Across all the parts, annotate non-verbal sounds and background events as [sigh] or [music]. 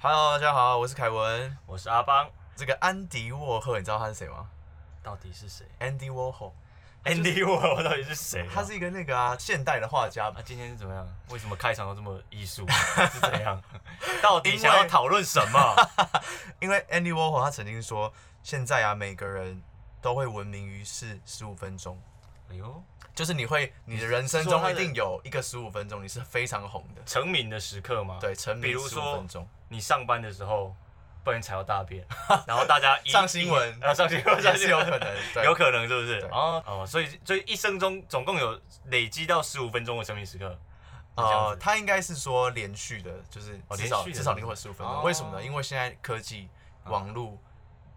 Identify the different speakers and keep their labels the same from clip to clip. Speaker 1: Hello，大家好，我是凯文。
Speaker 2: 我是阿邦，
Speaker 1: 这个安迪沃赫，你知道他是谁吗
Speaker 2: 到底是 [laughs] 谁
Speaker 1: ？Andy Warhol，
Speaker 2: ？Andy Warhol 到底是谁啊？
Speaker 1: 他是一个那个啊现代的画家吧
Speaker 2: 啊，。今天是怎么样？为什么开场都这么艺
Speaker 1: [laughs]
Speaker 2: 术？是怎样？到
Speaker 1: 因
Speaker 2: 底
Speaker 1: 为
Speaker 2: 想要讨论什么？
Speaker 1: [laughs] 因为 Andy Warhol 他曾经说，现在啊每个人都会闻名于世十五分钟， [laughs]
Speaker 2: 哎呦，
Speaker 1: 就是你会你的人生
Speaker 2: 说他
Speaker 1: 中
Speaker 2: 的
Speaker 1: 一定有一个十五分钟你是非常红的，
Speaker 2: 成名的时刻吗？
Speaker 1: 对，沉迷
Speaker 2: 比如
Speaker 1: 十五
Speaker 2: 说
Speaker 1: 分钟。
Speaker 2: 你上班的时候不然踩到
Speaker 1: [laughs]
Speaker 2: 大便，然后大家一
Speaker 1: 上新闻
Speaker 2: 一啊， [laughs] 上新
Speaker 1: [laughs]
Speaker 2: 闻，
Speaker 1: 也
Speaker 2: 上
Speaker 1: 是
Speaker 2: 新
Speaker 1: 有
Speaker 2: 闻
Speaker 1: 可能，对
Speaker 2: 有可能是不是
Speaker 1: 对？
Speaker 2: 哦哦，所以所以一生中总共有累积到十五分钟的生命时刻。这样
Speaker 1: 呃
Speaker 2: 子，
Speaker 1: 他应该是说连续的，就是
Speaker 2: 哦
Speaker 1: 至
Speaker 2: 连
Speaker 1: 少
Speaker 2: 续的
Speaker 1: 至少你会十五分钟。
Speaker 2: 哦啊
Speaker 1: 为什么呢？因为现在科技、网络、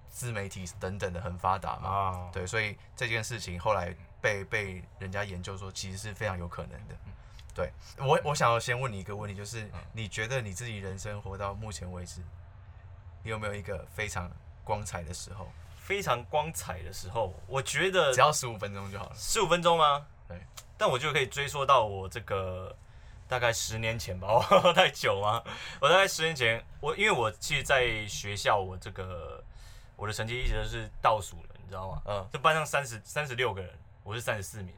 Speaker 1: 自媒体等等的很发达嘛，
Speaker 2: 啊，
Speaker 1: 对，所以这件事情后来被被人家研究说，其实是非常有可能的。嗯对我，我想要先问你一个问题，就是
Speaker 2: 嗯
Speaker 1: 你觉得你自己人生活到目前为止，你有没有一个非常光彩的时候？
Speaker 2: 非常光彩的时候，我觉得
Speaker 1: 只要十五分钟就好了。
Speaker 2: 十五分钟吗？
Speaker 1: 对，
Speaker 2: 但我就可以追溯到我这个大概十年前吧， [laughs] 我太久吗？我大概十年前，我因为我其实在学校，我这个我的成绩一直都是倒数的，你知道吗？
Speaker 1: 嗯，
Speaker 2: 这班上三十三十六个人，我是三十四名，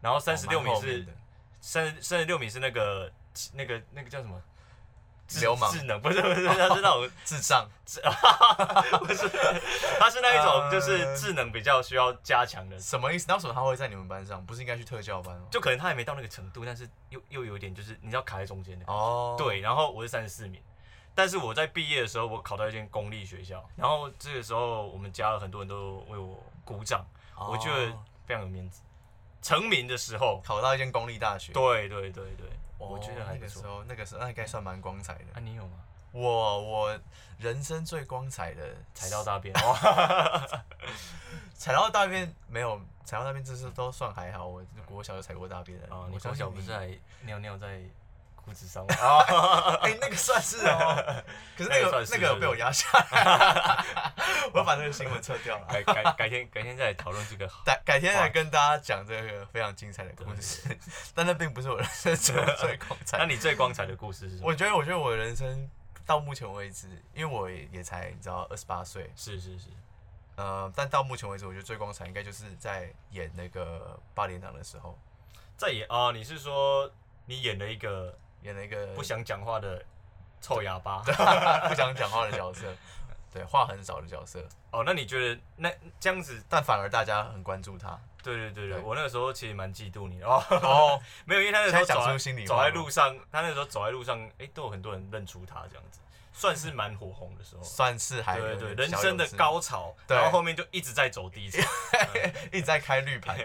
Speaker 2: 然后三十六
Speaker 1: 哦蛮
Speaker 2: 名
Speaker 1: 后
Speaker 2: 是
Speaker 1: 面的
Speaker 2: 三十三十六名是那个那个那个叫什么？智
Speaker 1: 流氓
Speaker 2: 智能不是不是，他是那种
Speaker 1: 智障，
Speaker 2: [laughs] 不是，他是那一种就是
Speaker 1: 呃
Speaker 2: 智能比较需要加强的
Speaker 1: 什么意思？那为什么他会在你们班上？不是应该去特教班吗？
Speaker 2: 就可能他还没到那个程度，但是又又有一点就是你知道卡在中间的。
Speaker 1: 哦，
Speaker 2: 对，然后我是三十四名，但是我在毕业的时候，我考到一间公立学校，然后这个时候我们家的很多人都为我鼓掌，
Speaker 1: 哦
Speaker 2: 我觉得非常有面子。成名的时候，
Speaker 1: 考到一间公立大学，
Speaker 2: 对对对对，
Speaker 1: 哦
Speaker 2: 我觉得还
Speaker 1: 那
Speaker 2: 不
Speaker 1: 个时
Speaker 2: 错。
Speaker 1: 候，那个时候那应该算蛮光彩
Speaker 2: 啊，
Speaker 1: 的。
Speaker 2: 你有吗？
Speaker 1: 我我人生最光彩的
Speaker 2: 踩到
Speaker 1: [laughs]
Speaker 2: 大便，哦哇
Speaker 1: 踩到大便没有？踩到大便这次都算还好，我国小就踩过大便了。
Speaker 2: 哦，
Speaker 1: 我
Speaker 2: 你
Speaker 1: 相
Speaker 2: 从
Speaker 1: 信
Speaker 2: 小
Speaker 1: 你
Speaker 2: 不
Speaker 1: [laughs]
Speaker 2: 是还尿尿在裤子上吗？啊，
Speaker 1: 哎、那个算是哦，
Speaker 2: [laughs]
Speaker 1: 可是那
Speaker 2: 那个
Speaker 1: 个
Speaker 2: 算是
Speaker 1: 那个有被我压下来， [laughs] 我要把那个新闻撤掉了。
Speaker 2: 改改改天改天再讨
Speaker 1: [laughs]
Speaker 2: 论这个。
Speaker 1: 改改天来跟大家讲这个非常精彩的故事， [laughs] 但那并不是我人生中最光彩
Speaker 2: [laughs] 那。你最光彩的故事是什么？
Speaker 1: 我觉得，我觉得我人生到目前为止，因为我也也才你知道二十八岁，
Speaker 2: 是是是，
Speaker 1: 呃，但到目前为止，我觉得最光彩应该就是在演那个八点档的时候，
Speaker 2: 在演啊，你是说你演了一个
Speaker 1: 演了一个
Speaker 2: 不想讲话的臭哑巴？
Speaker 1: [laughs] 不想讲话的角色，对，话很少的角色，
Speaker 2: [laughs] 哦，那你觉得那这样子？
Speaker 1: 但反而大家很关注他。
Speaker 2: 对对对对，
Speaker 1: 对
Speaker 2: 我那个时候其实蛮嫉妒你的哦， [laughs]
Speaker 1: 哦，
Speaker 2: 没有，因为他那个时候
Speaker 1: 现在讲
Speaker 2: 走
Speaker 1: 出
Speaker 2: 在
Speaker 1: 心里话
Speaker 2: 走在
Speaker 1: 吗
Speaker 2: 路上，他那时候走在路上，哎、都有很多人认出他这样子，算是蛮火
Speaker 1: [laughs]
Speaker 2: 红的时候。
Speaker 1: 算是还
Speaker 2: 对对对，
Speaker 1: 有
Speaker 2: 人
Speaker 1: 小
Speaker 2: 生的
Speaker 1: 有志
Speaker 2: 高潮，
Speaker 1: 对
Speaker 2: 然后后面就一直在走低潮。
Speaker 1: [laughs] 一直在开绿
Speaker 2: [laughs]
Speaker 1: 盘。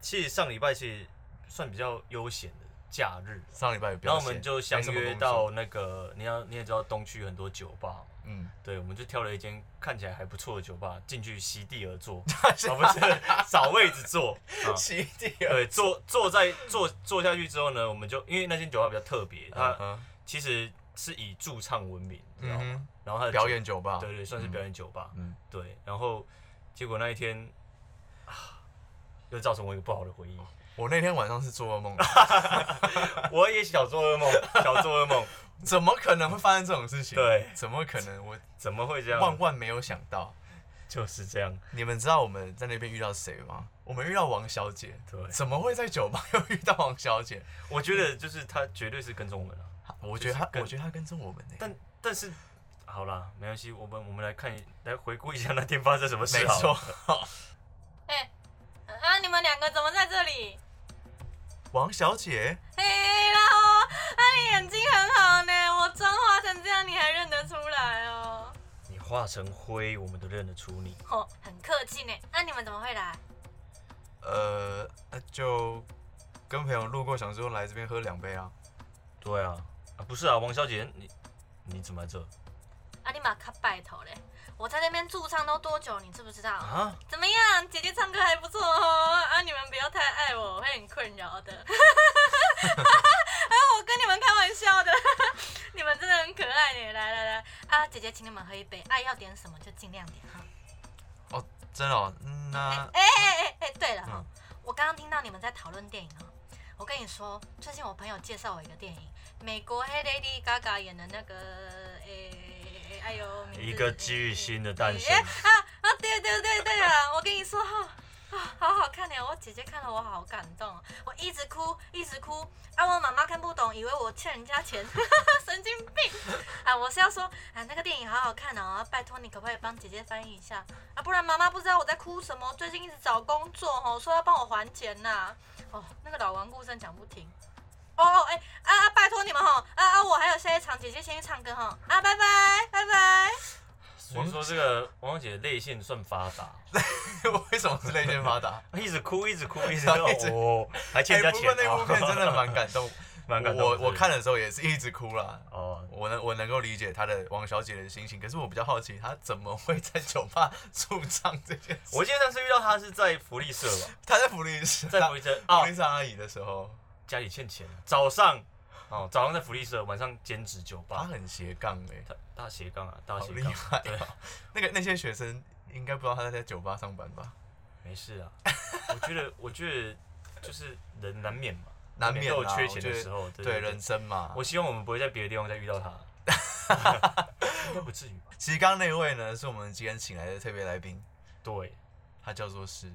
Speaker 2: 其实上礼拜其实算比较悠闲的假日，
Speaker 1: 上礼拜有表
Speaker 2: 然
Speaker 1: 现，
Speaker 2: 后我们就相
Speaker 1: 没什么
Speaker 2: 约
Speaker 1: 工
Speaker 2: 到
Speaker 1: 作，
Speaker 2: 那个，你要你也知道东区很多酒吧嘛，
Speaker 1: 嗯，
Speaker 2: 对，我们就挑了一间看起来还不错的酒吧，进去席地而
Speaker 1: [laughs]
Speaker 2: 坐，啊、不是找位置坐。啊、
Speaker 1: 奇迹
Speaker 2: 对，坐坐在坐坐下去之后呢，我们就因为那间酒吧比较特别，它
Speaker 1: 嗯
Speaker 2: 其实是以驻唱闻名，你知道吗？
Speaker 1: 嗯
Speaker 2: 然后
Speaker 1: 哼，
Speaker 2: 它的
Speaker 1: 表演酒吧
Speaker 2: 酒，，对对，算是表演酒吧，
Speaker 1: 嗯，
Speaker 2: 对。然后结果那一天，啊，又造成我一个不好的
Speaker 1: [laughs]
Speaker 2: 回忆。
Speaker 1: 我那天晚上是做噩梦， [laughs]
Speaker 2: 我也小做噩梦，小做噩梦，
Speaker 1: 怎么可能会发生这种事情？
Speaker 2: 对
Speaker 1: 怎么可能？我
Speaker 2: 怎么会这样？
Speaker 1: [laughs] 万万没有想到。
Speaker 2: 就是这样，
Speaker 1: 你们知道我们在那边遇到谁吗？我们遇到王小姐，
Speaker 2: 对。
Speaker 1: 怎么会在酒吧又遇到王小姐？
Speaker 2: 我觉得就是他绝对是跟踪我们啊。
Speaker 1: 我觉得她
Speaker 2: 就是，跟
Speaker 1: 我觉得她跟踪我们呢、
Speaker 2: 但但是好啦，没关系，我们我们来看一来回顾一下那天发生什么事
Speaker 1: 没
Speaker 2: 好了
Speaker 1: 错，
Speaker 3: 哎、啊！你们两个怎么在这里？
Speaker 1: [laughs] 王小姐，
Speaker 3: 嘿，然后啊，你眼睛很好呢，我妆化成这样你还认得出来哦？
Speaker 2: 你化成灰，我们都认得出你。
Speaker 3: 哦，很客气呢。那、你们怎么会来？
Speaker 1: 呃，呃就跟朋友路过，想说来这边喝两杯啊。
Speaker 2: 对啊，啊不是啊，王小姐，你你怎么来这
Speaker 3: 啊，你马卡拜头嘞！我在那边驻唱都多久，你知不知道？
Speaker 2: 啊？
Speaker 3: 怎么样，姐姐唱歌还不错哦。啊，你们不要太爱我，我会很困扰的。 [laughs] 啊，我跟你们开玩笑的，你们真的很可爱呢。来来来，啊，姐姐请你们喝一杯，啊，要点什么就尽量点哈。
Speaker 1: 哦，真的哦，嗯那
Speaker 2: [laughs]
Speaker 3: 哎哎哎哎，对了哈、
Speaker 1: 嗯
Speaker 3: 我刚刚听到你们在讨论电影哦，我跟你说，最近我朋友介绍我一个电影，美国黑 Lady Gaga 演的那个，诶、诶哎呦，名字
Speaker 2: 一个巨星的诞生
Speaker 3: 诶啊啊，对对对对啊！我跟你说哈。啊，好好看呢！我姐姐看了我好感动哦，我一直哭，一直哭。啊，我妈妈看不懂，以为我欠人家钱， [laughs] 神经病！啊，我是要说，啊，那个电影好好看哦，拜托你可不可以帮姐姐翻译一下啊？不然妈妈不知道我在哭什么。最近一直找工作哦，说要帮我还钱呐、哦，那个老顽固真讲不停。哦哦，哎、啊啊，拜托你们哈，啊啊，我还有下一场，姐姐先去唱歌哈，啊，拜拜拜拜。
Speaker 2: 所以说这个王小姐泪腺算发达，
Speaker 1: 为什么是泪腺发达？
Speaker 2: [laughs] 一直哭一直哭一
Speaker 1: 一
Speaker 2: 直
Speaker 1: 直
Speaker 2: 哭，哦，还 [laughs] 欠
Speaker 1: 哎、
Speaker 2: 人家
Speaker 1: 不
Speaker 2: 钱啊哦
Speaker 1: 过那部片真的蛮感动，
Speaker 2: [laughs] 蛮感动
Speaker 1: 我
Speaker 2: 的
Speaker 1: 我看的时候也是一直哭啦。
Speaker 2: 哦，
Speaker 1: 我能我能够理解她的王小姐的心情，可是我比较好奇她怎么会在酒吧驻唱这件事。
Speaker 2: 我记得上次遇到她是在福利社 [laughs] 吧，
Speaker 1: 她在福利社，
Speaker 2: 在
Speaker 1: 她
Speaker 2: 福利社
Speaker 1: 福
Speaker 2: 哦
Speaker 1: 利，社阿姨的时候，
Speaker 2: 家里欠钱，啊早上哦早上在福利社，晚上兼职酒
Speaker 1: 她
Speaker 2: 吧，
Speaker 1: 很斜杠哎、
Speaker 2: 大大斜杠啊，大
Speaker 1: 好
Speaker 2: 斜
Speaker 1: 厉
Speaker 2: 杠，
Speaker 1: 害、
Speaker 2: 对，啊
Speaker 1: 哦！ [laughs] 那个那些学生应该不知道她在酒吧上班吧？
Speaker 2: 没事啊，我觉得我觉得就是人难免嘛，
Speaker 1: [laughs] 难免
Speaker 2: 都有
Speaker 1: 啦
Speaker 2: 缺
Speaker 1: 我
Speaker 2: 钱
Speaker 1: 觉
Speaker 2: 的
Speaker 1: 得
Speaker 2: 时候，对
Speaker 1: 对
Speaker 2: 对
Speaker 1: 人生嘛。
Speaker 2: 我希望我们不会在别的地方再遇到他， [laughs] 应该不至于吧？
Speaker 1: 其实刚刚那位呢，是我们今天请来的特别来宾，
Speaker 2: 对，
Speaker 1: 他叫做是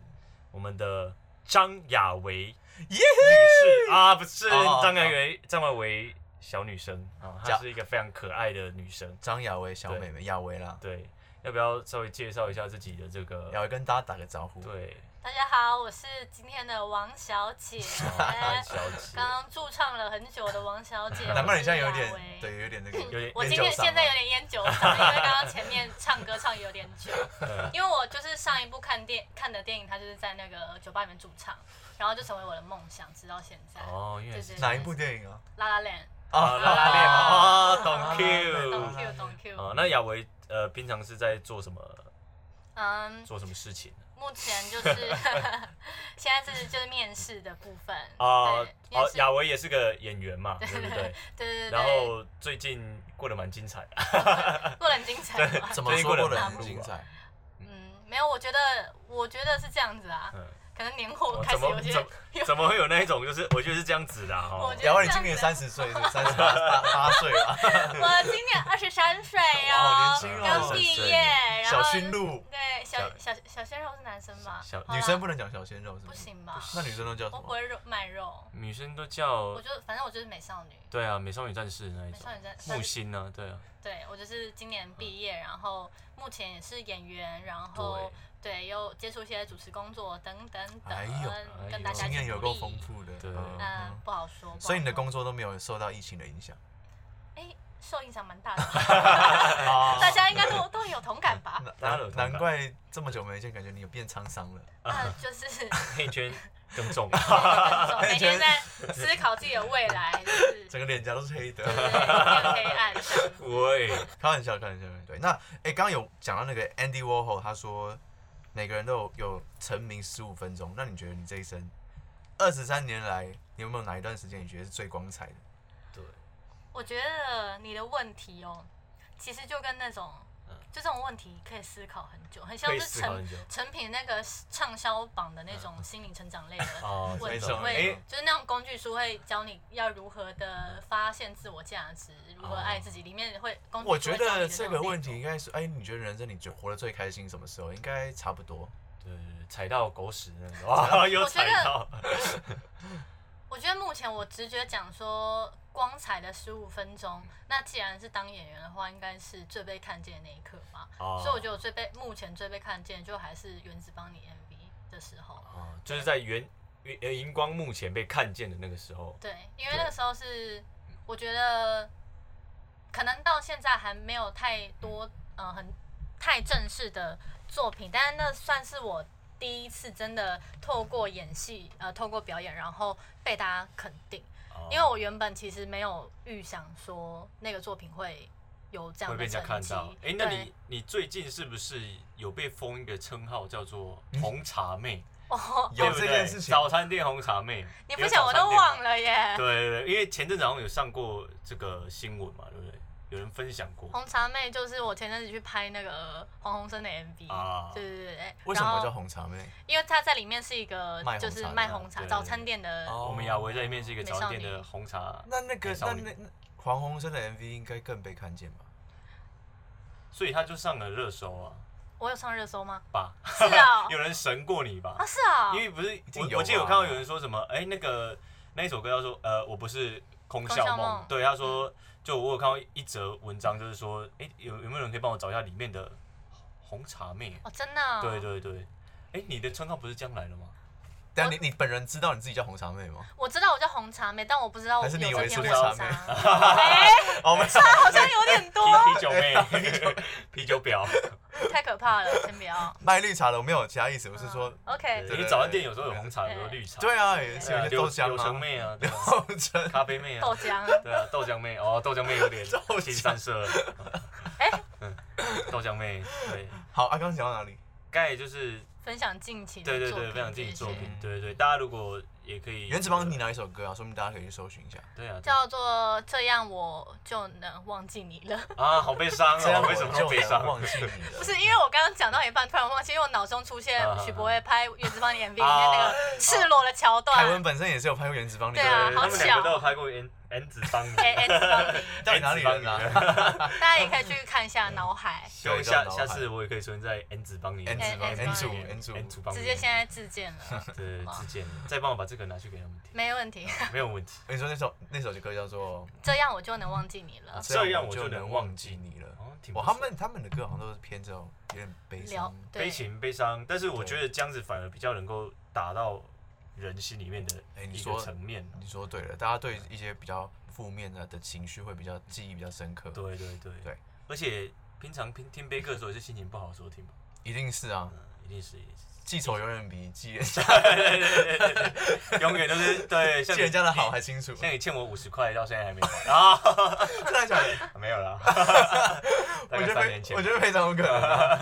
Speaker 2: 我们的张雅维
Speaker 1: 耶
Speaker 2: 女士啊，不是
Speaker 1: 哦哦哦
Speaker 2: 张雅维，张雅维小女生啊，她
Speaker 1: 叫
Speaker 2: 是一个非常可爱的女生。
Speaker 1: 张雅薇小妹妹雅薇啦，
Speaker 2: 对，要不要稍微介绍一下自己的这个？
Speaker 1: 雅薇跟大家打个招呼。
Speaker 2: 对，
Speaker 3: 大家好，我是今天的王小姐，
Speaker 2: 张小姐，
Speaker 3: 刚刚驻唱了很久的王小姐。
Speaker 1: 难怪你现在有
Speaker 3: 我是亚
Speaker 1: 点
Speaker 3: 薇
Speaker 1: 对，有点那个，
Speaker 2: 有点
Speaker 3: 我今
Speaker 1: 烟
Speaker 3: 天
Speaker 1: 酒嗓
Speaker 3: 现在
Speaker 1: 嘛
Speaker 3: 有点烟酒嗓，因为刚刚前面唱歌唱有点
Speaker 1: [laughs]
Speaker 3: 久，
Speaker 2: 呃
Speaker 3: 因为我就是上一部看电看的电影，它就是在那个酒吧里面驻唱，然后就成为我的梦想，直到现在。
Speaker 2: 哦，因为是
Speaker 3: 对对
Speaker 1: 哪一部电影啊？
Speaker 3: 拉拉链，
Speaker 2: 啊，拉拉链啊，
Speaker 1: 哦
Speaker 2: 懂 Q
Speaker 3: 懂 Q 懂 Q。
Speaker 2: 啊，那雅维呃，平常是在做什么？
Speaker 3: 嗯，
Speaker 2: 做什么事情？
Speaker 3: 目前就是 [laughs] 现在是就是面试的部分
Speaker 2: 啊，
Speaker 3: 对面
Speaker 2: 哦，
Speaker 3: 试
Speaker 2: 雅维也是个演员嘛，对不对？
Speaker 3: 对对对，
Speaker 2: 然后最近过得蛮精彩啊
Speaker 3: [laughs]
Speaker 2: 的，
Speaker 3: 过得很精彩
Speaker 1: [laughs]
Speaker 3: 嘛。
Speaker 2: 啊
Speaker 1: 怎么说过得
Speaker 3: 最近过得很忙
Speaker 1: 很精彩？
Speaker 3: 嗯，没有，我觉得我觉得是这样子啊，
Speaker 2: 嗯，
Speaker 3: 可能年后
Speaker 2: 哦
Speaker 3: 开始
Speaker 2: 怎
Speaker 3: 有
Speaker 2: 么
Speaker 3: 些
Speaker 2: 怎么
Speaker 3: 有
Speaker 2: 怎么会有那一种就是我觉得是这样子的啊
Speaker 3: 我
Speaker 2: 哦
Speaker 3: 觉得
Speaker 1: 雅薇，你今年三十岁是三十八八岁啊了，
Speaker 3: 我今年二十三岁
Speaker 1: 哇
Speaker 3: 哦
Speaker 1: 好年，轻哦
Speaker 3: 刚毕业，然
Speaker 1: 小
Speaker 3: 后
Speaker 1: 熏鹿，
Speaker 3: 对小
Speaker 2: 小
Speaker 3: 小小鲜肉是男生吧？
Speaker 2: 小
Speaker 3: 好啦啊
Speaker 1: 女生不能讲小鲜肉是
Speaker 3: 不
Speaker 1: 吗？
Speaker 3: 行吧？
Speaker 1: 那女生都叫什
Speaker 3: 我不
Speaker 1: 么？
Speaker 3: 会肉卖肉，
Speaker 2: 女生都叫
Speaker 3: 我就反正我就是美少女，
Speaker 2: 对啊，美少女战士那一
Speaker 3: 美
Speaker 2: 种
Speaker 3: 少女战
Speaker 2: 木星呢，对啊，
Speaker 3: 对我就是今年毕业，然后目前也是演员，然后
Speaker 2: 对
Speaker 3: 对又接触一些主持工作等等
Speaker 1: 哎
Speaker 3: 等，
Speaker 2: 呦
Speaker 3: 跟大家
Speaker 1: 经
Speaker 3: 一
Speaker 1: 验
Speaker 3: 起
Speaker 1: 有
Speaker 3: 努
Speaker 1: 够丰
Speaker 3: 力。
Speaker 1: 富的，
Speaker 2: 对
Speaker 1: 嗯
Speaker 3: 嗯，不好说。不好
Speaker 1: 所以你的
Speaker 3: 说
Speaker 1: 工作都没有受到疫情的影响。
Speaker 3: 哎受影响蛮大的，
Speaker 1: [laughs]
Speaker 3: 大家应该都都有同感吧？
Speaker 1: 难
Speaker 2: 啊大家都有同感
Speaker 1: 难怪这么久没见，感觉你有变沧桑了。
Speaker 3: 那
Speaker 1: [laughs]
Speaker 3: 就是。 [laughs]
Speaker 2: 黑圈更重，啊
Speaker 3: 每天在思考自己的未
Speaker 1: [laughs]
Speaker 3: 来，就是
Speaker 1: 整个脸颊都是黑的。
Speaker 3: 对很黑暗这样子。
Speaker 2: 喂，
Speaker 1: 开玩笑，开玩笑。对，那哎，刚、刚有讲到那个 Andy Warhol，他说每个人都有有成名十五分钟。那你觉得你这一生二十三年来，你有没有哪一段时间你觉得是最光彩的？
Speaker 2: 对，
Speaker 3: 我觉得你的问题哦，其实就跟那种，
Speaker 1: 嗯
Speaker 3: 就这种问题可以思考很久，很像
Speaker 2: 可以
Speaker 3: 是
Speaker 2: 思考
Speaker 3: 成
Speaker 2: 很久
Speaker 3: 成品那个畅销榜的那种心灵成长
Speaker 1: [laughs]
Speaker 3: 类的。
Speaker 2: 哦，
Speaker 3: 问
Speaker 1: 没
Speaker 3: 题
Speaker 1: 错
Speaker 3: 会
Speaker 1: 哎
Speaker 3: 就是那种工具书会教你要如何的发现自我价值，如何爱自己。里面会工具
Speaker 1: 哦我
Speaker 3: 书
Speaker 1: 觉
Speaker 3: 会教你
Speaker 1: 得
Speaker 3: 的
Speaker 1: 这
Speaker 3: 那
Speaker 1: 个
Speaker 3: 种
Speaker 1: 问
Speaker 3: 内
Speaker 1: 题
Speaker 3: 容
Speaker 1: 应该是，哎、你觉得人生你觉得活得最开心什么时候？应该差不多。
Speaker 3: 哦
Speaker 2: 对，踩到狗屎那种，哇， [laughs] 又踩到，
Speaker 3: 我觉得目前我直觉讲说光彩的十五分钟，那既然是当演员的话，应该是最被看见的那一刻吧。
Speaker 2: 哦
Speaker 3: 所以我觉得我最被目前最被看见，就还是原子邦你 MV 的时候。
Speaker 2: 哦，就是在原原呃荧光幕前被看见的那个时候，
Speaker 3: 对，因为那个时候是我觉得可能到现在还没有太多呃很太正式的作品，但是那算是我第一次真的透过演戏呃透过表演，然后被大家肯定。
Speaker 2: 哦
Speaker 3: 因为我原本其实没有预想说那个作品会有这样
Speaker 2: 会被人
Speaker 3: 的
Speaker 2: 家
Speaker 3: 成
Speaker 2: 看
Speaker 3: 绩
Speaker 2: 到。。哎、
Speaker 3: 对
Speaker 2: 那你你最近是不是有被封一个称号叫做红茶妹？
Speaker 3: 哦，
Speaker 1: 嗯有
Speaker 2: 对不
Speaker 1: 这
Speaker 2: 对
Speaker 1: 件事情
Speaker 2: 早餐店红茶妹。
Speaker 3: 你不讲我都忘
Speaker 2: 了。
Speaker 3: 了耶。
Speaker 2: 对对对，因为前阵子好像有上过这个新闻嘛，对不对？有人分享过
Speaker 3: 红茶妹就是我前阵子去拍那个黄鸿升的 MV，、
Speaker 2: 啊
Speaker 3: 对对对对。
Speaker 1: 为什么
Speaker 3: 然
Speaker 1: 叫
Speaker 3: 后？
Speaker 1: 红茶妹？
Speaker 3: 因为她在里面是一个
Speaker 1: 卖红茶
Speaker 3: 就是
Speaker 1: 的
Speaker 3: 卖红茶
Speaker 2: 对对对
Speaker 3: 早餐店的，
Speaker 1: 哦
Speaker 2: 我们雅维在里面是一个
Speaker 3: 美
Speaker 2: 早
Speaker 3: 少
Speaker 2: 餐店
Speaker 3: 女
Speaker 2: 的红茶，
Speaker 1: 那那个
Speaker 2: 美
Speaker 1: 那
Speaker 2: 少女
Speaker 1: 那那黄鸿升的 MV 应该更被看见吧？
Speaker 2: 所以他就上了热搜啊，
Speaker 3: 我有上热
Speaker 1: [laughs]
Speaker 3: 搜吗？
Speaker 2: 吧？
Speaker 3: 是啊
Speaker 2: [laughs] 有人神过你吧
Speaker 3: 啊？是啊，
Speaker 2: 因为不是
Speaker 1: 定有
Speaker 2: 我我记得有
Speaker 1: 吧
Speaker 2: 看到有人说什么，哎、那个那一首歌叫做呃，我不是空
Speaker 3: 空
Speaker 2: 笑
Speaker 3: 笑
Speaker 2: 梦
Speaker 3: 梦，嗯
Speaker 2: 对，他说就我有看到一则文章，就是说，哎、有有没有人可以帮我找一下里面的红茶妹？
Speaker 3: 哦真的、哦，
Speaker 2: 对。对对，哎、你的称号不是将来了
Speaker 3: [laughs]
Speaker 2: 吗？
Speaker 1: 但你你本人知道你自己叫红茶妹 [laughs] 吗？
Speaker 3: 我知道我叫红茶妹，但我不知道我
Speaker 1: 还是你以
Speaker 3: 有
Speaker 1: 为
Speaker 3: 这
Speaker 1: 是
Speaker 3: 篇
Speaker 1: 绿茶
Speaker 3: 文章。
Speaker 1: 妹 [laughs]
Speaker 3: 哎、
Speaker 1: 哦，没错，
Speaker 3: 好像有
Speaker 1: [laughs]
Speaker 3: 点多，
Speaker 2: 啤啤酒妹，啤酒婊。
Speaker 3: 太可怕了，先不
Speaker 1: [laughs]
Speaker 3: 要。嗯
Speaker 1: 卖绿茶的我没有其他意思，我是说，
Speaker 3: OK，
Speaker 1: 对
Speaker 2: 你早餐店有时候有红茶，有时候绿茶，
Speaker 1: 对啊，也是
Speaker 2: 对
Speaker 1: 有
Speaker 2: 啊，
Speaker 1: 一些
Speaker 2: 柳
Speaker 1: 豆浆
Speaker 2: 柳橙
Speaker 1: 啊， [laughs]
Speaker 2: 妹啊，对啊
Speaker 1: 豆浆，
Speaker 2: 咖啡妹啊
Speaker 3: 豆，浆。
Speaker 2: 对啊，豆浆妹哦，豆浆妹有点
Speaker 1: 豆浆
Speaker 2: 新三色了，嗯
Speaker 3: 哎、
Speaker 2: 豆浆妹对。
Speaker 1: 好，啊，刚刚讲到哪里？
Speaker 2: 盖就是
Speaker 3: 分享近期的
Speaker 2: 对对
Speaker 3: 作
Speaker 2: 对，
Speaker 3: 品
Speaker 2: 非常近期
Speaker 3: 这
Speaker 2: 作品
Speaker 3: 些，
Speaker 2: 对对对，大家如果也可以。
Speaker 1: 原子帮你哪一首歌啊？说明大家可以去搜寻一下。
Speaker 2: [laughs] 对啊，对啊
Speaker 3: 叫做这样我就能忘记你了。 [laughs]
Speaker 2: 啊，好悲伤
Speaker 1: 这样
Speaker 2: 啊！
Speaker 1: 我
Speaker 2: 为什么这
Speaker 1: 就
Speaker 2: 么悲伤
Speaker 1: 能？忘记你了。
Speaker 3: 不是因为我刚刚讲到一半，突然忘记，因为我脑中出现
Speaker 2: 啊
Speaker 3: 许博威拍《原子邦》的 MV 里面
Speaker 2: 啊
Speaker 3: 那个赤裸的桥
Speaker 1: 凯文
Speaker 3: 段。
Speaker 1: 本身也是有拍过原子邦的，
Speaker 3: 对啊
Speaker 2: [laughs] 对
Speaker 3: 好
Speaker 2: 他们两
Speaker 3: 巧
Speaker 2: 个都有拍过 N N 子帮你，
Speaker 3: 哎哎，知道了
Speaker 1: [laughs] 到底哪里人 [laughs] 啊？
Speaker 2: [laughs]
Speaker 3: 大家也可以去看一下脑海，
Speaker 2: 希 [laughs] 望下下次我也可以出现在 N 子帮你
Speaker 1: N
Speaker 3: 子帮你 N
Speaker 1: 组 N
Speaker 2: N
Speaker 1: 组
Speaker 2: N 组帮你，
Speaker 3: 哎直接现在自荐了， [laughs]
Speaker 2: 对自荐，再帮我把这个拿去给他们听，
Speaker 3: 没问题。
Speaker 2: 没有问题。，
Speaker 1: 你说那首那首歌叫做
Speaker 3: 这样我就能忘记你了
Speaker 1: 《这
Speaker 2: 啊
Speaker 1: 样
Speaker 2: 这样
Speaker 1: 我
Speaker 2: 我
Speaker 1: 就
Speaker 2: 就
Speaker 1: 能
Speaker 2: 能
Speaker 1: 忘
Speaker 2: 忘
Speaker 1: 记
Speaker 2: 记
Speaker 1: 你了
Speaker 2: 哦》。挺不
Speaker 1: 哇，
Speaker 2: 错
Speaker 1: 他们他们的歌好像都是偏这种有点悲
Speaker 3: 聊
Speaker 1: 伤。
Speaker 3: 对
Speaker 2: 悲情悲伤，但是我觉得这样子反而比较能够打到人心里面的
Speaker 1: 哎你
Speaker 2: 一
Speaker 1: 说
Speaker 2: 个层面。
Speaker 1: 你说对了，大家对一些比较负面的的情绪会比较记忆比较深刻。，
Speaker 2: 对对对
Speaker 1: 对，
Speaker 2: 而且平常听听悲歌的时候也是心情不好的时候听吧，
Speaker 1: 一定是啊
Speaker 2: 嗯，，一定是一定是。
Speaker 1: 记仇永远比
Speaker 2: [laughs]
Speaker 1: 记人
Speaker 2: 对对对对对， [laughs] 永远都是
Speaker 1: [laughs]
Speaker 2: 对，像
Speaker 1: 记
Speaker 2: 你
Speaker 1: 人家的好还清楚。
Speaker 2: 像你欠我五十块，到现在还没
Speaker 1: [laughs]
Speaker 2: 还啊，
Speaker 1: 这样讲，
Speaker 2: 没有啦，
Speaker 1: 我
Speaker 2: 大
Speaker 1: 觉
Speaker 2: 概
Speaker 1: 得
Speaker 2: 三
Speaker 1: 非
Speaker 2: 年前 [laughs]
Speaker 1: 我，觉得非常有可能啊。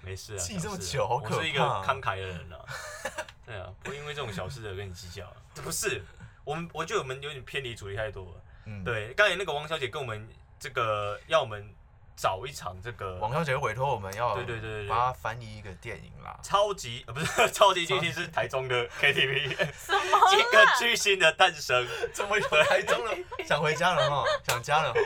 Speaker 2: 没事啊，
Speaker 1: 记这么
Speaker 2: 小事啊
Speaker 1: 久好可怕啊
Speaker 2: 我是一个慷慨的人啊，
Speaker 1: [laughs]
Speaker 2: 对啊，不会因为这种小事而跟你计较啊，不是，我们我觉得我们有点偏离主题太多了，
Speaker 1: 嗯，
Speaker 2: 对，刚才那个王小姐跟我们这个要我们找一场这个
Speaker 1: 王小姐委托我们要
Speaker 2: 对对对对对
Speaker 1: 把它翻译一个电影啦。
Speaker 2: 超级呃不是 [laughs] 超级巨星是台中的 KTV，
Speaker 3: 什么啦？
Speaker 2: 一个巨星的诞生，
Speaker 1: 怎 [laughs] 么有台中了？想回家了哈，想家了哈。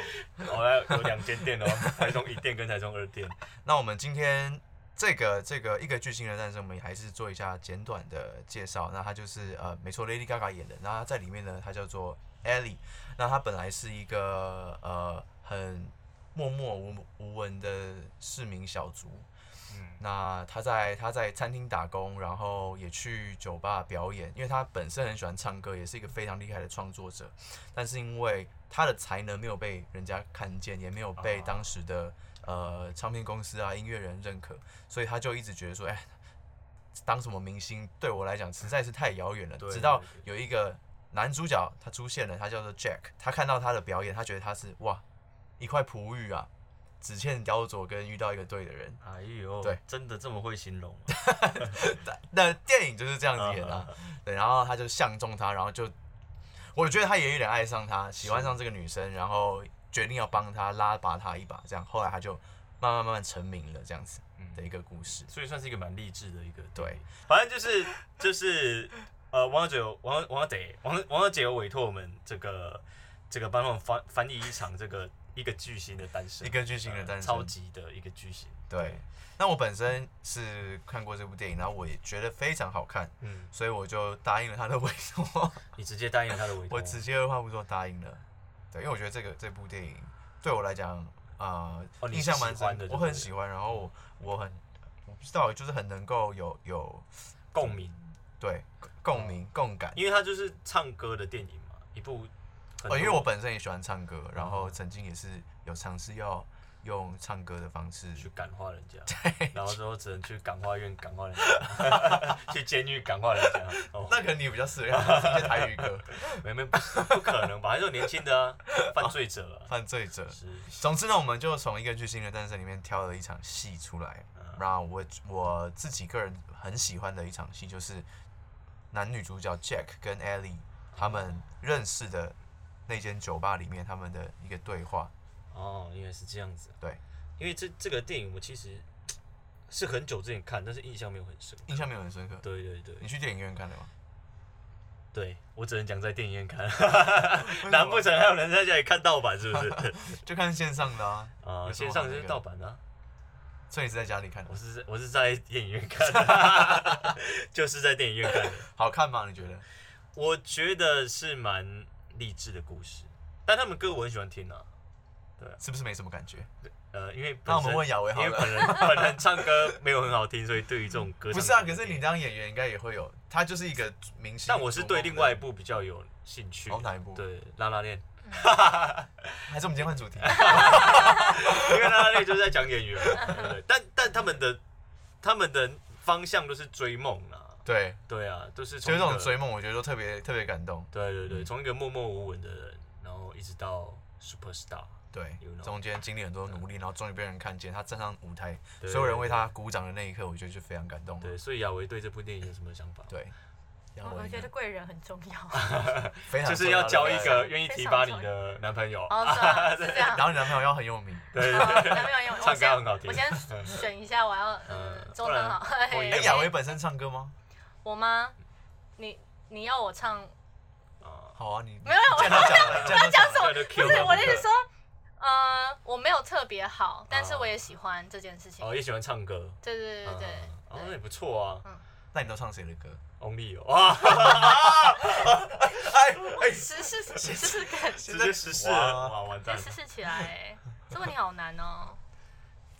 Speaker 2: 我来有两间店哦，台中一店跟台中二店，
Speaker 1: 那我们今天这个这个一个巨星的诞生，我们还是做一下简短的介绍。那它就是呃，没错，Lady Gaga 演的。那她在里面呢，她叫做 Ellie。那她本来是一个呃很默默无无闻的市民小卒。
Speaker 2: 嗯
Speaker 1: 那她在她在餐厅打工，然后也去酒吧表演，因为她本身很喜欢唱歌，也是一个非常厉害的创作者。但是因为她的才能没有被人家看见，也没有被
Speaker 2: 啊
Speaker 1: 当时的呃唱片公司啊音乐人认可，所以她就一直觉得说，哎，当什么明星对我来讲实在是太遥远了。
Speaker 2: 对
Speaker 1: 直到
Speaker 2: 对
Speaker 1: 有一个男主角他出现了，他叫做 Jack，他看到他的表演，他觉得他是哇一块璞玉啊，只欠雕琢跟遇到一个对的人。
Speaker 2: 哎呦，
Speaker 1: 对，
Speaker 2: 真的这么会形容、
Speaker 1: 那电影 [laughs] 就是这样子演的、
Speaker 2: 啊
Speaker 1: 啊，对，然后他就相中她，然后就，我觉得他也有点爱上她，喜欢上这个女生，然后决定要帮她拉拔她一把，这样，后来他就慢慢慢慢成名了，这样子
Speaker 2: 嗯
Speaker 1: 的一个故事。
Speaker 2: 所以算是一个蛮励志的一个。
Speaker 1: 对，
Speaker 2: 反正就是就是呃，王小姐有王王小姐王王小姐有委托我们这个这个帮他们翻翻译一场这个一个巨星的诞生，
Speaker 1: 一个巨星的诞生
Speaker 2: 呃超级的一个巨星。
Speaker 1: 对，那我本身是看过这部电影，然后我也觉得非常好看，
Speaker 2: 嗯，
Speaker 1: 所以我就答应了他的委
Speaker 2: [laughs]
Speaker 1: 托，
Speaker 2: 你直接答应了他的委托，
Speaker 1: 我直接二话不说答应了。对，因为我觉得这个这部电影对我来讲，啊，
Speaker 2: 哦你
Speaker 1: 印
Speaker 2: 是
Speaker 1: 象蛮
Speaker 2: 喜欢
Speaker 1: 深
Speaker 2: 的
Speaker 1: 我
Speaker 2: 对不嗯
Speaker 1: 很
Speaker 2: 对
Speaker 1: 喜欢，然后我我很我不知道，就是很能够有有
Speaker 2: 共鸣，
Speaker 1: 对共鸣共感。
Speaker 2: 嗯因为他就是唱歌的电影嘛，一部很多。
Speaker 1: 哦，因为我本身也喜欢唱歌，然后
Speaker 2: 嗯
Speaker 1: 曾经也是有尝试要用唱歌的方式
Speaker 2: 去感化人家，然后之后只能去感化院感化人家， [laughs] 去监狱感化人家。哦，
Speaker 1: [laughs] 那可能你比较适合一些台语歌，
Speaker 2: 没没不不可能吧？还是有年轻的啊，犯罪者啊，
Speaker 1: 犯罪
Speaker 2: [laughs]
Speaker 1: 者。
Speaker 2: 是
Speaker 1: 总之呢，我们就从一个巨星的诞生里面挑了一场戏出来。
Speaker 2: 嗯
Speaker 1: 那我我自己个人很喜欢的一场戏，就是男女主角 Jack 跟 Ellie 他们认识的那间酒吧里面他们的一个对话。
Speaker 2: 哦，原来是这样子。
Speaker 1: 对，
Speaker 2: 因为这这个电影我其实是很久之前看，但是印象没有很深。
Speaker 1: 印象没有很深刻。
Speaker 2: 对对对
Speaker 1: 你去电影院看的吗？
Speaker 2: 对，我只能讲在电影院看，
Speaker 1: 么
Speaker 2: [laughs] 难不成还有人在家里看盗版是不是？
Speaker 1: 就看线上的啊。
Speaker 2: 啊、
Speaker 1: 有什么
Speaker 2: 线
Speaker 1: 好
Speaker 2: 上
Speaker 1: 那
Speaker 2: 就是
Speaker 1: 个
Speaker 2: 盗版的啊、
Speaker 1: 所以你是在家里看的
Speaker 2: 我，是在我是在电影院看的，就是在电影院看的。
Speaker 1: 好看吗？你觉得？
Speaker 2: 我觉得是蛮励志的故事，但他们歌我很喜欢听啊。
Speaker 1: 是不是没什么感觉？
Speaker 2: 呃，因为本
Speaker 1: 那我们
Speaker 2: 身
Speaker 1: 问雅维好
Speaker 2: 因为
Speaker 1: 了。
Speaker 2: 本人本人唱歌没有很好听，所以对于这种
Speaker 1: [laughs]
Speaker 2: 歌
Speaker 1: 不
Speaker 2: 唱
Speaker 1: 是啊，
Speaker 2: 歌
Speaker 1: 可是你
Speaker 2: 没
Speaker 1: 当演员应该也会有，他就是一个明星。
Speaker 2: 但我是对另外一，部比较有兴趣。
Speaker 1: 哦哪一部
Speaker 2: 对，拉拉链， [laughs]
Speaker 1: 还是我们今天换主题？
Speaker 2: 因为拉拉链就是在讲演员，
Speaker 1: [laughs]
Speaker 2: 对但但他们的他们的方向都是追梦啊，
Speaker 1: 对，
Speaker 2: 对啊，都是
Speaker 1: 就是
Speaker 2: 从
Speaker 1: 这
Speaker 2: 一
Speaker 1: 种
Speaker 2: 个
Speaker 1: 追梦，我觉嗯得都特别特别感动。
Speaker 2: 对对对，从一个默默无闻的人，然后一直到 super star，
Speaker 1: 对
Speaker 2: You，know
Speaker 1: 中间经历很多努力，然后终于被人看见，他站上舞台，
Speaker 2: 对
Speaker 1: 所有人为他鼓掌的那一刻，我觉得就非常感动。
Speaker 2: 对，所以亚维对这部电影有什么想法？
Speaker 1: 对，然后
Speaker 3: 我觉得贵人很重要。
Speaker 1: 非常
Speaker 2: 就是要交一个
Speaker 1: 对
Speaker 2: 愿意提拔你的男朋友。
Speaker 3: 哦，是啊，是这样。
Speaker 1: 然后你男朋友要很有名。
Speaker 3: [laughs]
Speaker 2: 对对
Speaker 3: 哦男朋友用我
Speaker 2: 唱歌
Speaker 3: 先
Speaker 2: 很好听
Speaker 3: 我先选一下，我要呃
Speaker 2: 嗯
Speaker 3: 中等好。
Speaker 2: 不然我也
Speaker 1: 哎，雅维本身唱歌吗？
Speaker 3: 我吗？你你要我唱？
Speaker 2: 啊，
Speaker 1: 好啊，你
Speaker 3: 没有，我
Speaker 1: 这样他讲了，这样他
Speaker 3: 讲
Speaker 1: 讲
Speaker 3: 什么？
Speaker 2: 对啊
Speaker 3: 不是我的意思是说，呃，我没有特别好，但是我也喜欢这件事情。
Speaker 2: 哦，也喜欢唱歌。
Speaker 3: 对对对对嗯
Speaker 2: 啊哦，那
Speaker 3: 对
Speaker 2: 也不错啊。
Speaker 1: 那你都唱谁的歌？
Speaker 2: Only 哦， [laughs] 啊，
Speaker 3: 对，实事实事感，
Speaker 2: 直接实施了，哇，完
Speaker 3: 对
Speaker 2: 蛋了
Speaker 3: 实。事起来欸，这问题好难哦。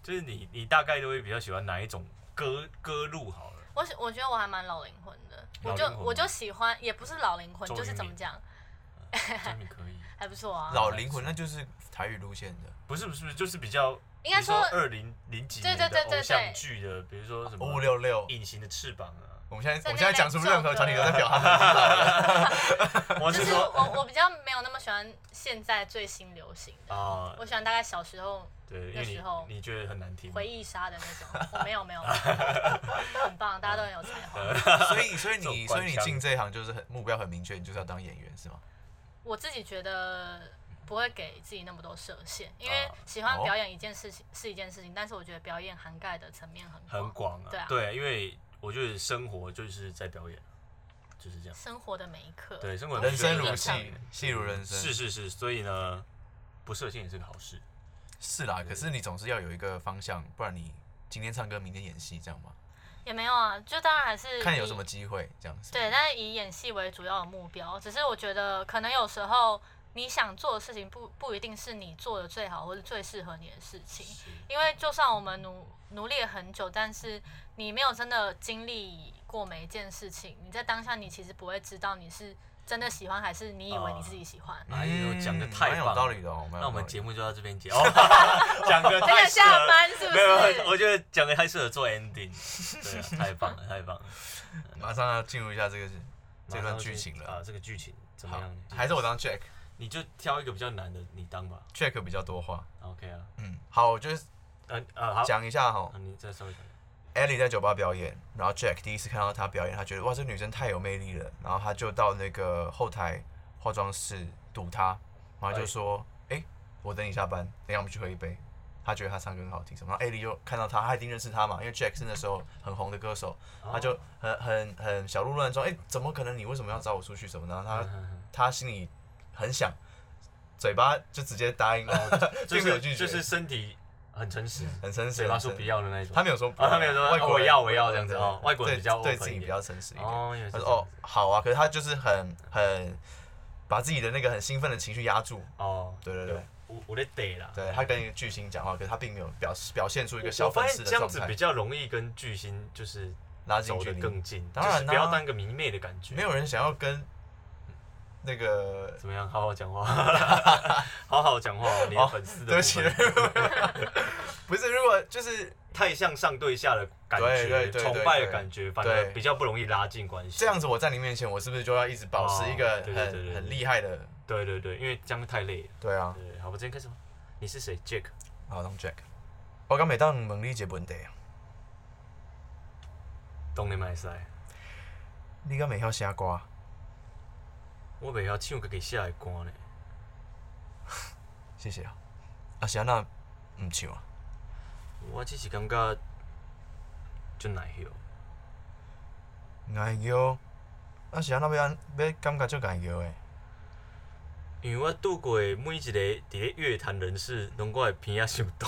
Speaker 2: 就是你，你大概都会比较喜欢哪一种歌歌路好
Speaker 3: [laughs]
Speaker 2: 了？
Speaker 3: 我喜我觉得我还蛮老灵魂的，我就
Speaker 2: 老灵魂
Speaker 3: 我就喜欢，也不是老灵魂，
Speaker 2: 周
Speaker 3: 就是
Speaker 2: 渝
Speaker 3: 怎么
Speaker 2: 民
Speaker 3: 讲，
Speaker 2: 真的可以？
Speaker 3: 还不错啊。
Speaker 1: 老灵魂，那就是台语路线的。
Speaker 2: 不是不是，不是就是比较，
Speaker 3: 应该
Speaker 2: 比如说
Speaker 3: 说
Speaker 2: 二零零几
Speaker 3: 对
Speaker 2: 年
Speaker 3: 对
Speaker 2: 的
Speaker 3: 对对
Speaker 2: 偶像
Speaker 3: 对
Speaker 2: 剧的，比如说什么
Speaker 1: 五五六六，
Speaker 2: 隐形的翅膀
Speaker 3: [laughs]
Speaker 2: 啊，
Speaker 1: 我们现在
Speaker 3: 在
Speaker 1: 我们
Speaker 3: 那
Speaker 1: 现在讲出任何团体都在表他们
Speaker 2: 我
Speaker 3: 就是是
Speaker 2: 说
Speaker 3: 我我比较没有那么喜欢现在最新流行的，
Speaker 2: 啊
Speaker 3: 我，喜欢大概小时候
Speaker 2: 对，因
Speaker 3: 那
Speaker 2: 为
Speaker 3: 时候
Speaker 2: 你你觉得很难听吗，
Speaker 3: 回忆杀的那种。我没有没有，没有很棒，大家都很有才华。
Speaker 1: [laughs] 所以所以
Speaker 2: 这种
Speaker 1: 你
Speaker 2: 官
Speaker 1: 所以你
Speaker 2: 腔
Speaker 1: 进这一行就是很目标很明确，你就是要当演员是吗？
Speaker 3: 我自己觉得不会给自己那么多设限，因为
Speaker 2: 啊
Speaker 3: 喜欢
Speaker 1: 哦
Speaker 3: 表演一件事情是一件事情，但是我觉得表演涵盖的层面很
Speaker 2: 很广啊
Speaker 3: 对啊，
Speaker 2: 对，因为我觉得生活就是在表演，就是这样，
Speaker 3: 生活的每一刻。
Speaker 2: 对，生活
Speaker 1: 人生
Speaker 3: 是
Speaker 1: 如
Speaker 3: 的
Speaker 1: 戏，戏如人生。
Speaker 2: 是是是，所以呢，不设限也是个好事，
Speaker 1: 是啦，可是你总是要有一个方向，不然你今天唱歌，明天演戏，这样吗？
Speaker 3: 也没有啊，就当然还
Speaker 2: 嗯
Speaker 3: 是
Speaker 1: 看有
Speaker 3: 以
Speaker 1: 什么机会这样子。
Speaker 3: 对，但是以演戏为主要的目标，只是我觉得可能有时候你想做的事情不不一定是你做的最好或是最适合你的事情，因为就算我们努努力了很久，但是你没有真的经历过每一件事情，你在当下你其实不会知道你是真的喜欢还是你以为你自己喜欢。
Speaker 2: 哎呦，讲的太
Speaker 1: 蛮
Speaker 2: 棒
Speaker 1: 有
Speaker 2: 了，
Speaker 1: 道理的哦。蛮有
Speaker 2: 那我们
Speaker 1: 道理
Speaker 2: 节
Speaker 1: 的
Speaker 2: 目就到这
Speaker 1: [laughs]
Speaker 2: 边结束。哦 [laughs] 讲的
Speaker 3: 很
Speaker 2: 太 [laughs]
Speaker 3: 想
Speaker 2: 适合
Speaker 3: 下班是不
Speaker 2: 没有，
Speaker 3: 是？
Speaker 2: 我觉得讲的太适合做 ending。对啊，太棒了，太棒了。
Speaker 1: 马上要进入一下这个 [laughs] 这段剧情
Speaker 2: 啊
Speaker 1: 了。，
Speaker 2: 这个剧情怎么
Speaker 1: 好
Speaker 2: 样？，
Speaker 1: 还是我当 Jack。
Speaker 2: 你就挑一个比较难的，你当吧。
Speaker 1: Jack 比较多话，
Speaker 2: OK 啊，
Speaker 1: 嗯，好，我就是
Speaker 2: 嗯啊好，
Speaker 1: 讲一下哈
Speaker 2: 啊，你再稍微讲。
Speaker 1: Ellie 在酒吧表演，然后 Jack 第一次看到她表演，他觉得哇，这女生太有魅力了，然后他就到那个后台化妆室堵她，然后就说，哎、我等你下班，等一下我们去喝一杯。他觉得她唱歌很好听什么，然后 Ellie 就看到她，她一定认识她嘛，因为 Jack 是那时候很红的歌手，
Speaker 2: 哦
Speaker 1: 他就很很很小鹿乱撞，哎、怎么可能？你为什么要找我出去什么的？然
Speaker 2: 嗯
Speaker 1: 后他他心里很想，嘴巴就直接答应了，
Speaker 2: 就
Speaker 1: 并没有
Speaker 2: 是
Speaker 1: 拒绝，
Speaker 2: 就是身体很诚实，
Speaker 1: 很绅士，
Speaker 2: 嘴巴
Speaker 1: 很
Speaker 2: 说
Speaker 1: 绅
Speaker 2: 不要的那种。
Speaker 1: 他没有说不
Speaker 2: 啊他没有说
Speaker 1: 外国人
Speaker 2: 我要我要这样子哦
Speaker 1: 对
Speaker 2: 外国人比较
Speaker 1: 对
Speaker 2: open
Speaker 1: 对自己比较诚实一点。
Speaker 2: 哦，原来是
Speaker 1: 他
Speaker 2: 这
Speaker 1: 说
Speaker 2: 样
Speaker 1: 哦好啊，可是他就是很很把自己的那个很兴奋的情绪压住。
Speaker 2: 哦，
Speaker 1: 对对对，
Speaker 2: 我我在逮啦。
Speaker 1: 对他跟一个巨星讲话，可是他并没有表表现出一个
Speaker 2: 我
Speaker 1: 小
Speaker 2: 我发
Speaker 1: 粉
Speaker 2: 现
Speaker 1: 丝的
Speaker 2: 这样
Speaker 1: 状
Speaker 2: 子比
Speaker 1: 态，
Speaker 2: 较容易跟巨星就是
Speaker 1: 拉近
Speaker 2: 走
Speaker 1: 距
Speaker 2: 哦得
Speaker 1: 离。
Speaker 2: 更近，
Speaker 1: 当然啦
Speaker 2: 就是不要当个迷妹的感觉。
Speaker 1: 没有人想要跟那个
Speaker 2: 怎么样，好好讲话，好好讲话哦，你的粉丝的
Speaker 1: 对
Speaker 2: 部
Speaker 1: 不起
Speaker 2: 分，
Speaker 1: 不是，如果就是
Speaker 2: 太像上对下的感
Speaker 1: 对
Speaker 2: 觉，
Speaker 1: 对对
Speaker 2: 崇拜的感觉，反而
Speaker 1: 对
Speaker 2: 比较不容易拉近关系。
Speaker 1: 这样，子，我在你面前，我是不是就要一直保持一个
Speaker 2: 哦对对对对
Speaker 1: 很很厉害的？
Speaker 2: 对对对，因为这样太累了。
Speaker 1: 对啊，
Speaker 2: 对，好，我今天开始吧。你是谁，Jack？
Speaker 1: 好，当 Jack。我刚每当问你一个问题啊，
Speaker 2: 当然嘛会使，
Speaker 1: 你敢会晓写歌？啊
Speaker 2: 我袂晓唱家己写的歌呢。
Speaker 1: 谢谢啊。啊是安那毋唱啊？
Speaker 4: 我只是感觉真难hiểu。
Speaker 1: 硬摇，啊是安那要安要感觉足硬摇诶。
Speaker 4: 因为我拄过的每一个伫咧乐坛人士，拢我的鼻仔想多。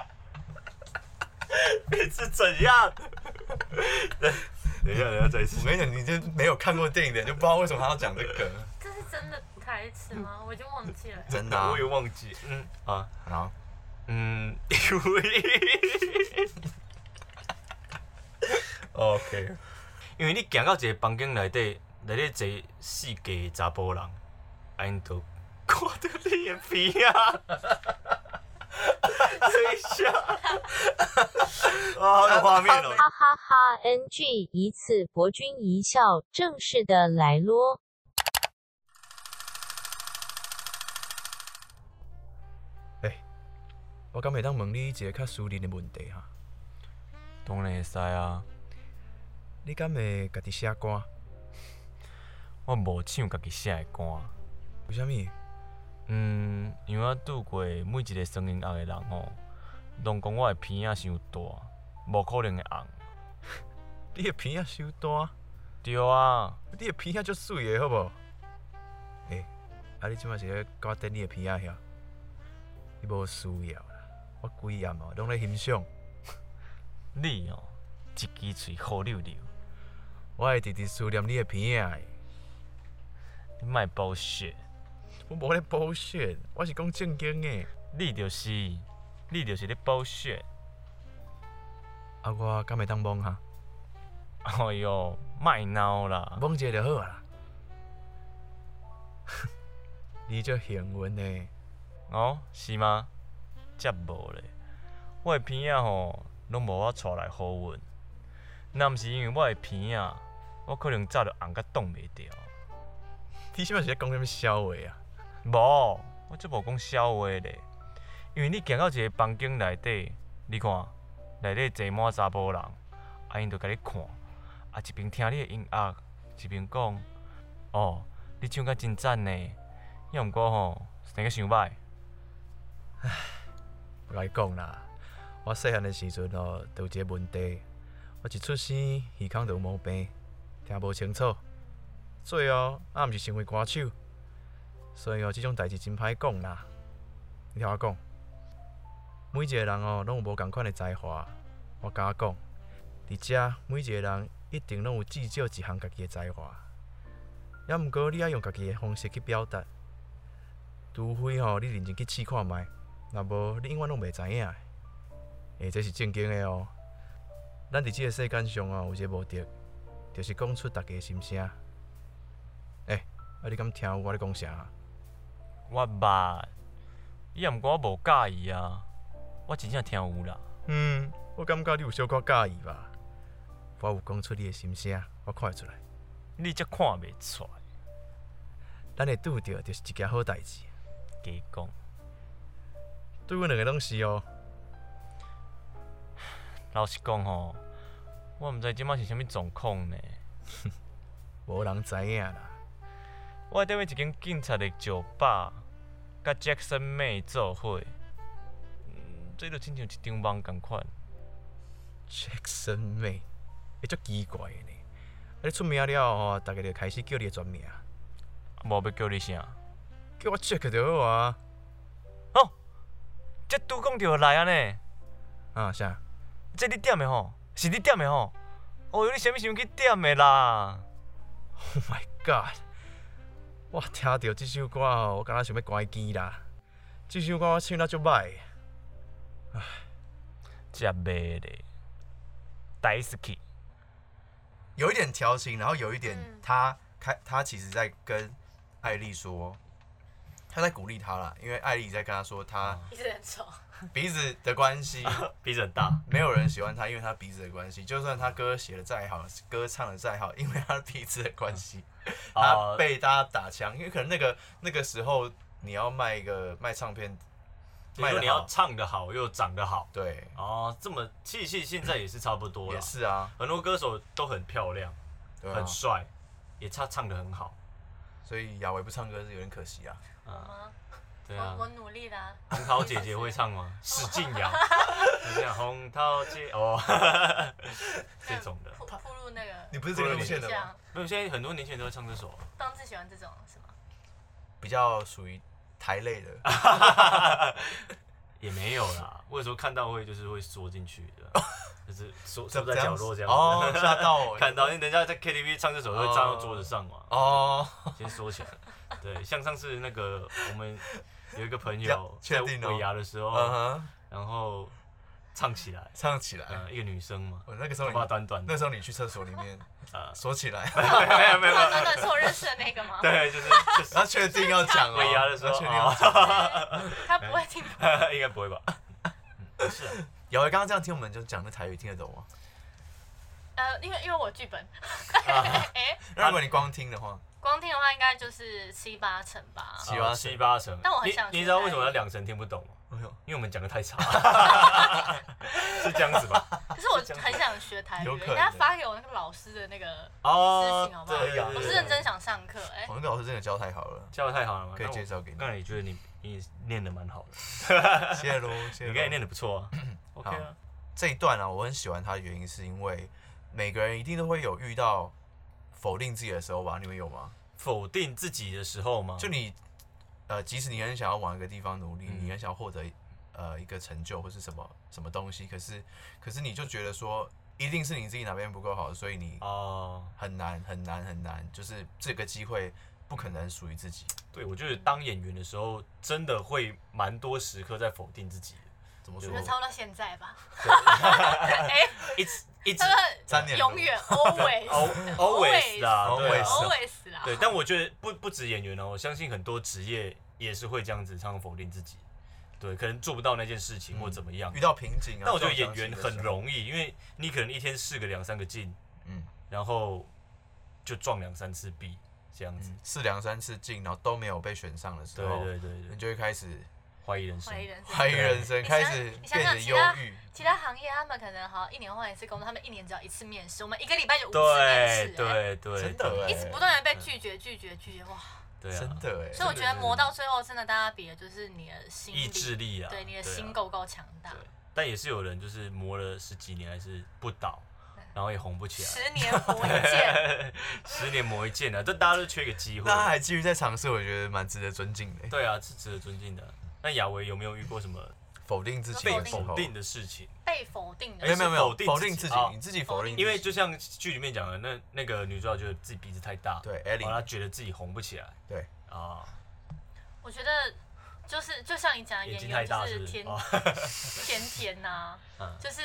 Speaker 4: [laughs] 你是怎样？等一下， [laughs] 等一下，再一
Speaker 1: 我
Speaker 4: 次。
Speaker 1: 跟你讲，你这没有看过电影的，就不知道为什么他要讲这个。
Speaker 3: 这是真的台词吗？我已经忘记了。
Speaker 1: 真的、啊
Speaker 4: 我。也忘记。嗯啊，
Speaker 1: 然后，
Speaker 4: 嗯，因为哦，OK，因为你行到一个房间内底，内底坐四个查甫人，啊，因都看到你的鼻啊，水下，
Speaker 2: 啊，好有画面哦！
Speaker 5: 哈哈哈！NG 一次博君一笑，正式的来咯。
Speaker 1: 诶、我敢会当问你一个较私人的问题哈、
Speaker 2: 当然会使啊，
Speaker 1: 你敢会家己写歌？
Speaker 2: 我无唱家己写的歌。
Speaker 1: 为虾米？
Speaker 2: 嗯，因为我拄过每一个声音乐的人吼，拢讲我的鼻仔伤大，无可能会红。
Speaker 1: 你的鼻仔收大，
Speaker 2: 对啊，
Speaker 1: 你的鼻仔足水的，好无？诶、啊你即摆是咧搞等你的鼻仔遐？你无需要啦，我规暗哦拢咧欣赏。
Speaker 2: 你哦，一支喙好溜溜，
Speaker 1: 我会直直思念你的鼻仔的，
Speaker 2: 你莫 bullshit，
Speaker 1: 我无咧 bullshit，我是讲正经的。
Speaker 2: 你就是，你就是咧 bullshit。
Speaker 1: 啊，我敢会当摸哈？
Speaker 2: 哎哟，莫闹啦，
Speaker 1: 摸一下就好啊啦。 [laughs] 你足幸运的，
Speaker 2: 哦，是吗？则无咧，我的鼻仔吼，拢无我带来好运。若毋是因为我的鼻仔，我可能早就红甲挡袂牢。
Speaker 1: 你即摆是咧讲什物笑话啊？
Speaker 2: 无，我即无讲笑话咧，因为你行到一个房间内底，你看内底坐满查甫人，啊因就甲你看，啊一边听你的音乐，一边讲，哦，你唱甲真赞呢，要毋过吼，生个想歹，
Speaker 1: 我甲你讲啦，我细汉的时阵哦，就有一个问题，我一出生耳孔就有毛病，听无清楚，最后啊，毋是成为歌手，所以哦，即种代志真歹讲啦。你听我讲，每一个人哦，拢有无共款的才华，我敢讲，伫遮每一个人一定拢有至少一项家己的才华，也毋过你爱用家己的方式去表达，除非吼、你认真去试看觅。若无你永远拢袂知影的。诶、这是正经的哦。咱伫即个世间上哦，有一个目的，就是讲出大家的心声。诶、啊你敢听有我咧讲啥？
Speaker 2: 我捌，伊毋过我无介意啊，我真正听有啦，
Speaker 1: 嗯，我感觉你有小可介意吧。我有讲出你的心声，我看会出来。
Speaker 2: 你则看袂出来，
Speaker 1: 咱会拄着就是一件好代志，
Speaker 2: 加讲，
Speaker 1: 对阮两个拢是哦。
Speaker 2: 老实讲吼，我毋知即摆是啥物状况呢。
Speaker 1: 无人知影啦。
Speaker 2: 我踮咧一间警察的酒吧，甲 Jackson 妹做伙，嗯，这就亲像一张网共款。
Speaker 1: Jackson 妹，会足奇怪的呢。啊你出名了吼，大家就开始叫你的全名，
Speaker 2: 无要叫你啥？
Speaker 1: 叫我 Jack 就好啊。
Speaker 2: 哦，这拄讲着来啊呢，
Speaker 1: 啊啥？
Speaker 2: 这你点的吼，是你点的吼。哦哟，你啥物时阵去点的啦？
Speaker 1: Oh my god！我听到这首歌哦吼，我敢若想要关机啦。这首歌我唱得足歹的，
Speaker 2: 食袂咧，台斯去。
Speaker 1: 有一点调情，然后有一点
Speaker 3: 嗯
Speaker 1: 他开他其实在跟艾丽说，他在鼓励她啦，因为艾丽在跟他说他
Speaker 3: 一直很丑，
Speaker 1: 鼻子的关 [laughs] 系，
Speaker 4: 鼻
Speaker 2: 嗯
Speaker 4: 子很大，
Speaker 1: 没有人喜欢他，因为他鼻子的关系。就算他歌写的再好，歌唱的再好，因为他的鼻子的关系，
Speaker 2: 哦
Speaker 1: 他被大家打枪，因为可能那个那个时候你要卖一个卖唱片，
Speaker 4: 就是
Speaker 1: 卖
Speaker 4: 说
Speaker 1: 的
Speaker 4: 你要唱得好又长得好。
Speaker 1: 对，
Speaker 4: 哦，这么其实现在也是差不多
Speaker 1: 也
Speaker 4: 了，
Speaker 1: 是啊，
Speaker 4: 很多歌手都很漂亮，
Speaker 1: 对啊
Speaker 4: 很。帅，也唱唱得很好。
Speaker 1: 所以亚维不唱歌是有点可惜啊。
Speaker 4: 啊，
Speaker 2: 对啊
Speaker 3: 我，我努力啦。
Speaker 2: 红桃姐姐会唱 [laughs] 吗？史劲瑶，就像红桃姐哦，这种的。
Speaker 3: 铺铺路那个
Speaker 1: 你不是这个路线的吗？
Speaker 3: 像
Speaker 2: 没有，现在很多年轻人都在唱这首啊。
Speaker 3: 当志喜欢这种是吗？
Speaker 1: 比较属于台类的，
Speaker 2: 啊也没有啦，我有时候看到会就是会缩进去的，就是
Speaker 1: [laughs]
Speaker 2: 缩缩在角落这样
Speaker 1: 哦，
Speaker 2: 子。
Speaker 1: 吓到我，
Speaker 2: [laughs] 看到，因为人家在 KTV 唱这首会站到桌子上嘛，
Speaker 1: 哦，
Speaker 2: 先缩起来。对，像上次那个我们有一个朋
Speaker 1: 要
Speaker 2: 友
Speaker 1: 确
Speaker 2: 在
Speaker 1: 定哦
Speaker 2: 尾牙的时
Speaker 1: 嗯
Speaker 2: 候，
Speaker 1: 哼，
Speaker 2: 然后唱起来，
Speaker 1: 唱起来。
Speaker 2: 呃，一个女生嘛，
Speaker 1: 我那个时候
Speaker 2: 头发
Speaker 1: 你，
Speaker 2: 短短
Speaker 1: 哦那
Speaker 2: 的，
Speaker 1: 时候你去厕所里面
Speaker 2: 呃，
Speaker 1: 锁起来， [laughs]
Speaker 2: [laughs] 没有没有没
Speaker 3: 短
Speaker 2: 有，
Speaker 3: 短短是我认识的那个吗？
Speaker 2: 对，就是就是
Speaker 1: 然后确定要
Speaker 2: [laughs]
Speaker 1: 讲哦，
Speaker 2: 尾牙的时候
Speaker 1: 要确定要讲。
Speaker 2: 哦，
Speaker 3: 他不会听吧。
Speaker 2: [laughs] 应该不会吧？
Speaker 1: 嗯
Speaker 2: [laughs]
Speaker 1: 有刚刚这样听我们就讲的台语听得懂吗？
Speaker 3: 呃，因为因为我剧本，
Speaker 2: 啊
Speaker 3: [laughs] 哎，
Speaker 1: 那如果你光听的话，
Speaker 3: 光听的话应该就是七八成吧。
Speaker 1: 七八成
Speaker 2: 七八成。
Speaker 3: 但我很想
Speaker 2: 你
Speaker 3: 学
Speaker 2: 你知道
Speaker 3: 台
Speaker 2: 为什么
Speaker 3: 语
Speaker 2: 要两成听不懂吗？
Speaker 1: 哎呦，
Speaker 2: 因为我们讲的太
Speaker 3: [laughs]
Speaker 2: 差， [laughs] 是这样子吧？
Speaker 3: 可是我很想学台语，
Speaker 1: 有可能
Speaker 3: 人家发给我那个老师的那个，
Speaker 2: 哦
Speaker 3: [laughs] 事情好不好
Speaker 2: 对对，
Speaker 3: 我
Speaker 2: 对哦
Speaker 3: 是认真想上课，哎
Speaker 1: 我，那个老师真的教太好了，
Speaker 2: 教的太好了嘛，
Speaker 1: 可以
Speaker 2: 那我
Speaker 1: 介绍给你
Speaker 2: 那你觉得你你念的蛮好
Speaker 1: [laughs]
Speaker 2: 的，
Speaker 1: 谢谢喽，谢谢
Speaker 2: 你
Speaker 1: 咯。
Speaker 2: 刚才念的不
Speaker 1: [coughs]
Speaker 2: 错啊，OK
Speaker 1: 好
Speaker 2: 啊，
Speaker 1: 这一段啊，我很喜欢它的原因是因为每个人一定都会有遇到否定自己的时候吧？你们有吗？
Speaker 2: 否定自己的时候吗？
Speaker 1: 就你呃，即使你很想要往一个地方努力，
Speaker 2: 嗯
Speaker 1: 你很想要获得呃一个成就或是什么什么东西，可是可是你就觉得说，一定是你自己哪边不够好，所以你
Speaker 2: 哦，
Speaker 1: 很难很难很难，就是这个机会不可能属于自己。
Speaker 2: 对，我觉得当演员的时候，真的会蛮多时刻在否定自己的，
Speaker 1: 怎么
Speaker 3: 你
Speaker 1: 说？
Speaker 3: 们超到现在吧？
Speaker 2: 一直一
Speaker 3: [laughs]
Speaker 2: 直
Speaker 3: 他
Speaker 2: [laughs]
Speaker 1: 三年了
Speaker 3: 们永远 always
Speaker 2: al- always 啦，
Speaker 3: [laughs]
Speaker 2: 对
Speaker 1: always
Speaker 2: 啊
Speaker 3: always 啦。
Speaker 2: 对，但我觉得不不止演员哦，我相信很多职业也是会这样子常常否定自己，对，可能做不到那件事情或怎么样
Speaker 1: 嗯遇，到瓶颈啊。
Speaker 2: 但我觉得
Speaker 1: 撞
Speaker 2: 演
Speaker 1: 墙期
Speaker 2: 员
Speaker 1: 的
Speaker 2: 很
Speaker 1: 时候，
Speaker 2: 容易，因为你可能一天试个两三个镜，
Speaker 1: 嗯
Speaker 2: 然后就撞两三次壁这样子。
Speaker 1: 嗯，哦试两三次进，然后都没有被选上的时
Speaker 2: 对
Speaker 1: 候，
Speaker 2: 对对
Speaker 1: 你
Speaker 2: 对，
Speaker 1: 就会开始
Speaker 2: 怀疑人生
Speaker 3: 怀。疑人生。
Speaker 1: 怀疑人生，
Speaker 3: 你
Speaker 1: 开
Speaker 3: 想
Speaker 1: 始
Speaker 3: 你想
Speaker 1: 变
Speaker 3: 想
Speaker 1: 得
Speaker 3: 其
Speaker 1: 忧
Speaker 3: 他
Speaker 1: 郁。
Speaker 3: 其他行业他们可能好像一年换一次工作，他们一年只要一次面试，我们一个礼拜就五次面
Speaker 2: 对
Speaker 3: 试、哎
Speaker 2: 对对，
Speaker 1: 真的
Speaker 2: 对
Speaker 1: 欸
Speaker 3: 一直不断的被拒绝、拒绝、拒绝，哇！
Speaker 2: 对
Speaker 1: 真
Speaker 2: 啊，
Speaker 1: 的哎，
Speaker 3: 所以我觉
Speaker 2: 真
Speaker 3: 得
Speaker 2: 的
Speaker 3: 磨到最后，真的大家比的就是你的心力
Speaker 2: 意志力啊，
Speaker 3: 对你的心
Speaker 2: 够。
Speaker 3: 够不够强大
Speaker 2: 对。啊但也是有人就是磨了十几年还是不倒，然后也红不起来，
Speaker 3: 十年磨一剑，
Speaker 2: [laughs] 十年磨一剑啊，这大家都缺一个机会
Speaker 1: 那。他还继续在尝试，我觉得蛮值得尊敬的。欸
Speaker 2: 对啊，是值得尊敬的。那雅维有没有遇过什么
Speaker 1: 否定自己
Speaker 2: 被
Speaker 1: 的时候，
Speaker 2: 否定的事情？
Speaker 3: 被否
Speaker 2: [laughs]
Speaker 3: 定的
Speaker 1: 没有没有没有
Speaker 2: 是
Speaker 1: 否
Speaker 2: 否
Speaker 1: 定
Speaker 2: 定
Speaker 1: 自
Speaker 2: 自己
Speaker 1: 己
Speaker 2: 哦，
Speaker 1: 你自己否定自己，
Speaker 2: 因为就像剧里面讲的，那那个女主角觉得自己鼻子太大，
Speaker 1: 对
Speaker 2: 然后她
Speaker 1: Ellie
Speaker 2: 觉得自己红不起来
Speaker 1: 对
Speaker 2: 啊，
Speaker 3: 我觉得就是就像你讲，的
Speaker 2: 眼
Speaker 3: 演
Speaker 2: 睛太
Speaker 3: 员就
Speaker 2: 大是
Speaker 3: 是
Speaker 2: 不是？
Speaker 3: 天
Speaker 2: 哦
Speaker 3: 天天呐、
Speaker 2: [laughs] 嗯
Speaker 3: 就是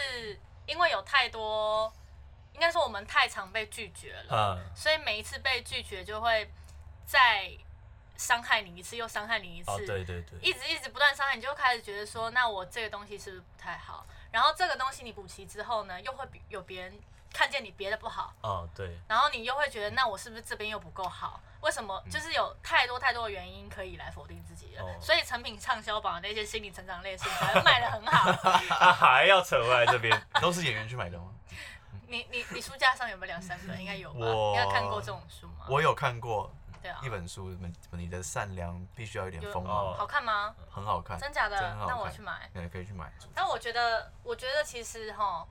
Speaker 3: 因为有太多，应该说我们太常被拒绝
Speaker 2: [laughs]
Speaker 3: 了，
Speaker 2: 嗯，
Speaker 3: 所以每一次被拒绝就会再伤害你一次，又伤害你一次，
Speaker 2: 哦，对对对，
Speaker 3: 一直一直不断伤害，你就开始觉得说，那我这个东西是不是不太好？然后这个东西你补齐之后呢，又会比有别人看见你别的不好，
Speaker 2: 哦对， [laughs]
Speaker 3: 然后你又会觉得，那我是不是这边又不够好？为什
Speaker 1: 嗯
Speaker 3: 么？就是有太多太多的原因可以来否定自己了。
Speaker 2: 哦
Speaker 3: 所以成品畅销榜的那些心理成长类的书才会卖的很
Speaker 1: [laughs]
Speaker 3: 好。
Speaker 2: 他还要扯回来这
Speaker 3: [laughs]
Speaker 2: 边，
Speaker 1: 都是演员去买的吗？
Speaker 3: 你你你书架上有没有两三本？应该有吧？
Speaker 1: 我
Speaker 3: 你有看过这种书吗？
Speaker 1: 我有看过
Speaker 3: 对啊
Speaker 1: 一，本书，什么什么你的善良必须要有一点
Speaker 3: 有
Speaker 1: 锋
Speaker 2: 哦
Speaker 1: 芒，
Speaker 3: 好看吗？
Speaker 1: 很好看，
Speaker 3: 真假的？
Speaker 1: 真好看
Speaker 3: 那我去买。
Speaker 1: 对，可以去买。
Speaker 3: 但我觉得，我觉得其实哈，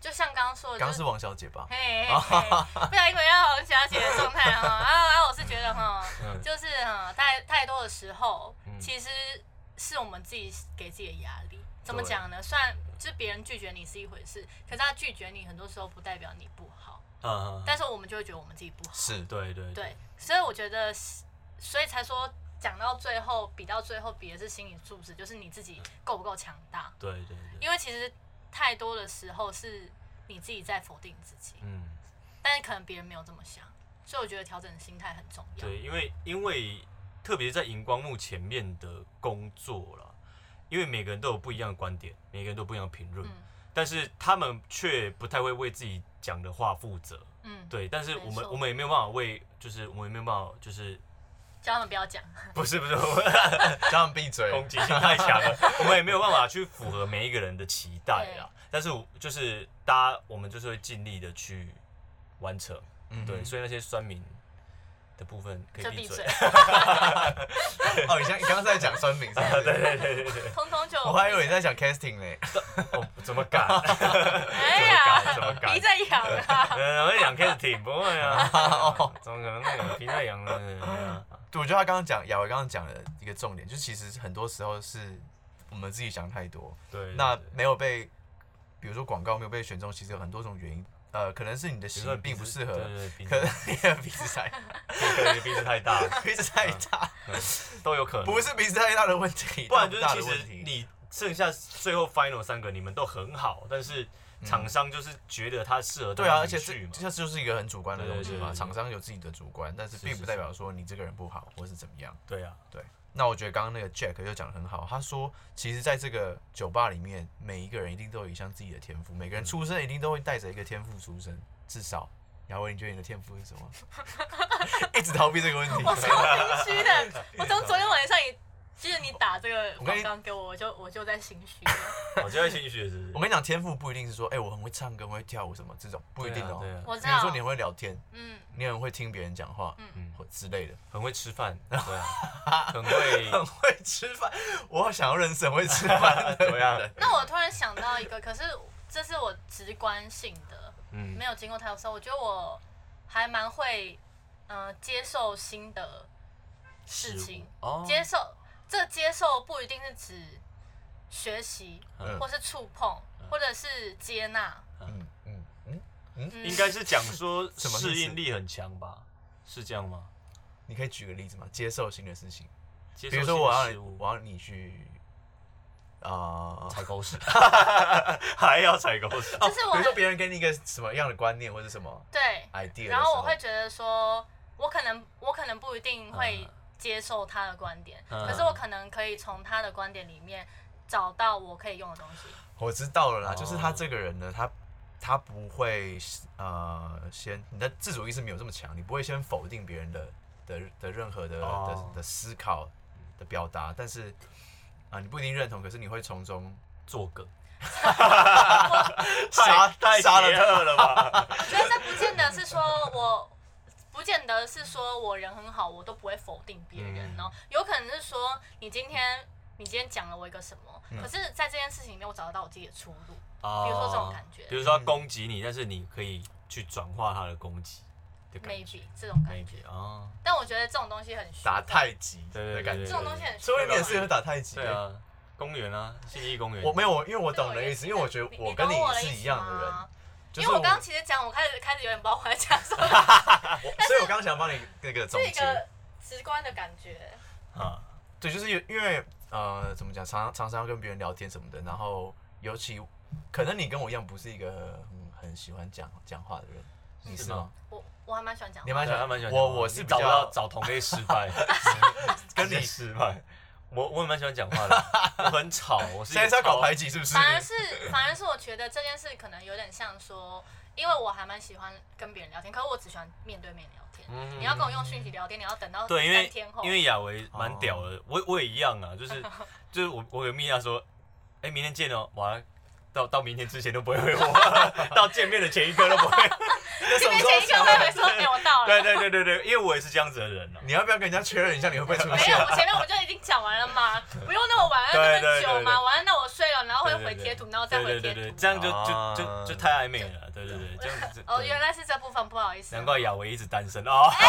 Speaker 3: 就像刚刚说的，
Speaker 1: 刚
Speaker 3: 就
Speaker 1: 刚是王小姐吧？
Speaker 3: 嘿，
Speaker 2: 哦
Speaker 3: 嘿嘿不然一回到王小姐的状
Speaker 2: [laughs]
Speaker 3: 态哈，啊啊，我是觉得哈，
Speaker 2: 嗯
Speaker 3: 就是哈，太太多的时候，
Speaker 2: 嗯
Speaker 3: 其实是我们自己给自己的压力。怎么讲呢？虽然就是别人拒绝你是一回事，可是他拒绝你很多时候不代表你不好，
Speaker 2: 嗯，
Speaker 3: 但是我们就会觉得我们自己不好。
Speaker 1: 是，
Speaker 2: 对对
Speaker 3: 对，所以我觉得是，所以才说讲到最后，比到最后比的是心理素质，就是你自己够不够强大。
Speaker 2: 对对对，
Speaker 3: 因为其实太多的时候是你自己在否定自己。
Speaker 2: 嗯，
Speaker 3: 但是可能别人没有这么想，所以我觉得调整心态很重要。
Speaker 2: 对，因为因为特别在荧光幕前面的工作啦，因为每个人都有不一样的观点，每个人都有不一样的评论，
Speaker 3: 嗯
Speaker 2: 但是他们却不太会为自己讲的话负责。
Speaker 3: 嗯，
Speaker 2: 对，但是
Speaker 3: 没
Speaker 2: 我们
Speaker 3: 错
Speaker 2: 我们也没有办法为，就是我们也没有办法，就是
Speaker 3: [laughs] 叫他们不要讲。
Speaker 2: 不是不是，我们
Speaker 1: 叫他们闭嘴。
Speaker 2: [laughs] 攻击性太强 [laughs] 了，我们也没有办法去符合每一个人的期待啦。但是我就是大家，我们就是会尽力的去完成。
Speaker 1: 嗯
Speaker 2: 对，所以那些酸民，的部分可
Speaker 3: 就
Speaker 2: 以闭
Speaker 3: 闭
Speaker 2: 嘴，
Speaker 3: 嘴，
Speaker 2: [laughs]
Speaker 1: 哦，你像你刚刚在讲酸民是不
Speaker 2: [laughs]
Speaker 1: 是？对对对，
Speaker 3: 通通就
Speaker 1: 我还以为你在讲 casting 呢。
Speaker 2: 哦，怎么 [laughs] 敢？
Speaker 3: 哎呀，
Speaker 2: 怎么敢
Speaker 3: 鼻在痒
Speaker 2: [laughs]
Speaker 3: 啊！
Speaker 2: 呃，我想 K 挺不会啊，怎么可能那个皮太 [laughs] 阳呢？
Speaker 1: 对，我觉得他刚刚讲雅维刚刚讲的一个重点，就是其实很多时候是我们自己想太多，
Speaker 2: 对，
Speaker 1: 那没有被，比如说广告没有被选中，其实有很多种原因，呃，可能是你的
Speaker 2: 比如
Speaker 1: 型
Speaker 2: 说
Speaker 1: 并不适合，
Speaker 2: 对对，鼻
Speaker 1: 可能
Speaker 2: 子
Speaker 1: 你的 [laughs] 鼻子
Speaker 2: [laughs]
Speaker 1: 太
Speaker 2: 可能鼻子太大，
Speaker 1: 鼻子太大，
Speaker 2: 都有可能。
Speaker 1: 不是鼻子太大的问题，
Speaker 2: 不然就是
Speaker 1: 大
Speaker 2: 其
Speaker 1: 的问
Speaker 2: 实
Speaker 1: 题
Speaker 2: 你剩下最后 final 三个你们都很好，但是厂商就是觉得他适合
Speaker 1: 对啊，
Speaker 2: 当
Speaker 1: 而且
Speaker 2: 女
Speaker 1: 这
Speaker 2: 婿嘛，
Speaker 1: 这就是一个很主观的东西
Speaker 2: 对对
Speaker 1: 嘛，
Speaker 2: 对
Speaker 1: 厂商有自己的主观，但是
Speaker 2: 是
Speaker 1: 并
Speaker 2: 是
Speaker 1: 不代表说你这个人不好或是怎么样。
Speaker 2: 对啊，
Speaker 1: 那我觉得刚刚那个 Jack 就讲的很好，他说其实在这个酒吧里面，每一个人一定都有一项自己的天赋，每
Speaker 2: 嗯
Speaker 1: 个人出生一定都会带着一个天赋出生，至少。雅伟，你觉得你的天赋是什么？
Speaker 2: [laughs]
Speaker 1: 一直逃避这个问题。
Speaker 3: 我超心虚的，我从昨天晚上也，就是你打这个
Speaker 1: 我跟
Speaker 3: 广
Speaker 1: 你
Speaker 3: 告给我，我就我就在心虚了。
Speaker 2: 我就在心虚是不
Speaker 1: 我跟
Speaker 2: [laughs] 是，
Speaker 1: 你讲，天赋不一定是说，哎、我很会唱歌，很会跳舞什么这种，不一定哦。
Speaker 2: 对啊对啊
Speaker 3: 我知
Speaker 1: 比如
Speaker 3: 道
Speaker 1: 说，你很会聊天，
Speaker 3: 嗯，
Speaker 1: 你很会听别人讲话，嗯
Speaker 2: 嗯，
Speaker 1: 或之类的。
Speaker 2: 很会
Speaker 1: [laughs]
Speaker 2: 吃饭，对啊，很会，
Speaker 1: 很会吃饭，我想要认识很会吃
Speaker 2: [laughs]
Speaker 1: 饭的
Speaker 2: 对啊
Speaker 1: 人。
Speaker 3: 那我突然想到一个，可是这是我直观性的，
Speaker 2: 嗯
Speaker 3: 没有经过他的时候，我觉得我还蛮会，嗯、接受新的事情，
Speaker 2: 哦
Speaker 3: 接受这接受不一定是指学习，
Speaker 1: 嗯
Speaker 3: 或是触碰，或者是接纳，
Speaker 1: 嗯嗯嗯，
Speaker 3: 嗯
Speaker 2: 应该是讲说
Speaker 1: 什么意思
Speaker 2: 适应力很强吧？是这样吗？
Speaker 1: 你可以举个例子吗？接受新的事情，
Speaker 2: 比
Speaker 1: 比如说我
Speaker 2: 事
Speaker 1: 要
Speaker 2: 物
Speaker 1: 我要你去啊，
Speaker 2: 踩狗屎， [laughs] 还要踩狗
Speaker 1: [laughs]
Speaker 2: 屎，
Speaker 3: 就是我
Speaker 1: 比如
Speaker 3: 很
Speaker 1: 说别人给你一个什么样的观念或者什么
Speaker 3: 对，
Speaker 1: idea，
Speaker 3: 然后我会
Speaker 1: 哎的时
Speaker 3: 觉得说，我可能我可能不一定会接受他的观点，
Speaker 2: 嗯
Speaker 3: 可是我可能可以从他的观点里面找到我可以用的东西。
Speaker 1: 候我知道了啦，
Speaker 2: 哦
Speaker 1: 就是他这个人呢，他。他不会呃，先你的自主意识没有这么强，你不会先否定别人的的的任何的、
Speaker 2: 哦
Speaker 1: 的的思考的表达，但是啊、你不一定认同，可是你会从中
Speaker 2: 做梗，
Speaker 1: 杀
Speaker 2: 太
Speaker 1: 杀
Speaker 2: 邪
Speaker 1: 了
Speaker 2: 恶了吧？
Speaker 3: 我觉得这不见得是说我，不见得是说我人很好，我都不会否定别
Speaker 1: 嗯
Speaker 3: 人哦。有可能是说你今天你今天讲了我一个什么，
Speaker 1: 嗯
Speaker 3: 可是在这件事情里面我找得到我自己的出路。
Speaker 1: 哦
Speaker 2: 比
Speaker 3: 如说这种感觉
Speaker 2: 比如说他攻击你，但是你可以去转化他的攻击的感觉
Speaker 3: maybe 这种感觉，
Speaker 2: maybe 啊，
Speaker 3: 但我觉得这种东西很虚
Speaker 1: 打
Speaker 3: 幻
Speaker 1: 太极
Speaker 2: 对
Speaker 1: 的
Speaker 2: 对
Speaker 1: 感
Speaker 2: 对，
Speaker 1: 觉
Speaker 3: 这。种东西很虚
Speaker 1: 所以你也
Speaker 3: 幻
Speaker 1: 是有打太极
Speaker 2: 对
Speaker 1: 的。
Speaker 2: 啊，公园啊，信义公园，
Speaker 1: 我没有，因为我
Speaker 3: 这种
Speaker 1: 懂你
Speaker 3: 也
Speaker 1: 的意
Speaker 3: 是
Speaker 1: 思，因为我觉得
Speaker 3: 你
Speaker 1: 我
Speaker 3: 你
Speaker 1: 跟
Speaker 3: 懂我的
Speaker 1: 是
Speaker 3: 意思
Speaker 1: 一样的人
Speaker 3: 吗。
Speaker 1: 就是
Speaker 3: 因为我
Speaker 1: 我
Speaker 3: 刚刚其实讲，我开始开始有点不知道我在
Speaker 1: [laughs]
Speaker 3: 讲什么，
Speaker 1: 我所以我刚刚想帮你那个总
Speaker 3: 是一
Speaker 1: 结，
Speaker 3: 个直观的感觉。
Speaker 2: 啊，
Speaker 1: 对，就是有因为呃，怎么讲，常常常要跟别人聊天什么的，然后尤其可能你跟我一样不是一个嗯很喜欢讲讲话的人，你是
Speaker 2: 是吗
Speaker 1: 吗？
Speaker 3: 我我还蛮喜欢讲
Speaker 1: 你，蛮
Speaker 2: 对他
Speaker 1: 想，
Speaker 2: 蛮喜欢讲
Speaker 1: 我
Speaker 2: 话
Speaker 1: 我是
Speaker 2: 你
Speaker 1: 比
Speaker 2: 找不到
Speaker 1: 较
Speaker 2: 找同类失败，
Speaker 1: [laughs] 跟
Speaker 2: [laughs]
Speaker 1: 你
Speaker 2: 直接失败。我我也蛮喜欢讲
Speaker 1: [laughs]
Speaker 2: 话的，我很吵，我是一
Speaker 1: 现在
Speaker 2: 个
Speaker 1: 是要搞
Speaker 2: 超
Speaker 1: 排挤是不是？
Speaker 3: 反而是反而是我觉得这件事可能有点像说，因为我还蛮喜欢跟别人聊天，可是我只喜欢面对面聊天。嗯你要跟我用讯息聊天，你要等
Speaker 2: 嗯
Speaker 3: 到
Speaker 2: 对，因
Speaker 3: 三
Speaker 2: 为
Speaker 3: 天后，
Speaker 2: 因为亚维蛮屌
Speaker 1: 哦
Speaker 2: 的，我我也一样啊，就是
Speaker 3: [laughs]
Speaker 2: 就是我我有密他说，哎、明天见哦，完了到到明天之前都不会回我，
Speaker 1: [laughs]
Speaker 2: 到见面的前一刻都不会。
Speaker 3: 见面前一个会回说，哎，我到
Speaker 2: 对
Speaker 3: 了。
Speaker 2: 对对对对，因为我也是这样子的人
Speaker 3: [laughs]
Speaker 2: 啊。
Speaker 1: 你要不要跟人家确认一下你会不会出
Speaker 3: 没
Speaker 1: 现
Speaker 3: 有，？我前面我就已经讲完了嘛，不用那么晚，要那么久嘛。晚安，那我睡了，然后会回贴图，然后再
Speaker 2: 对对
Speaker 3: 回贴
Speaker 2: 对
Speaker 3: 图
Speaker 2: 对，。这样就
Speaker 1: 啊
Speaker 2: 就就就太暧昧了，对对对，这样子。
Speaker 3: 哦，
Speaker 2: 对
Speaker 3: 原来是这部分，不好意思。
Speaker 2: 难怪亚维一直单身啊。
Speaker 3: 哎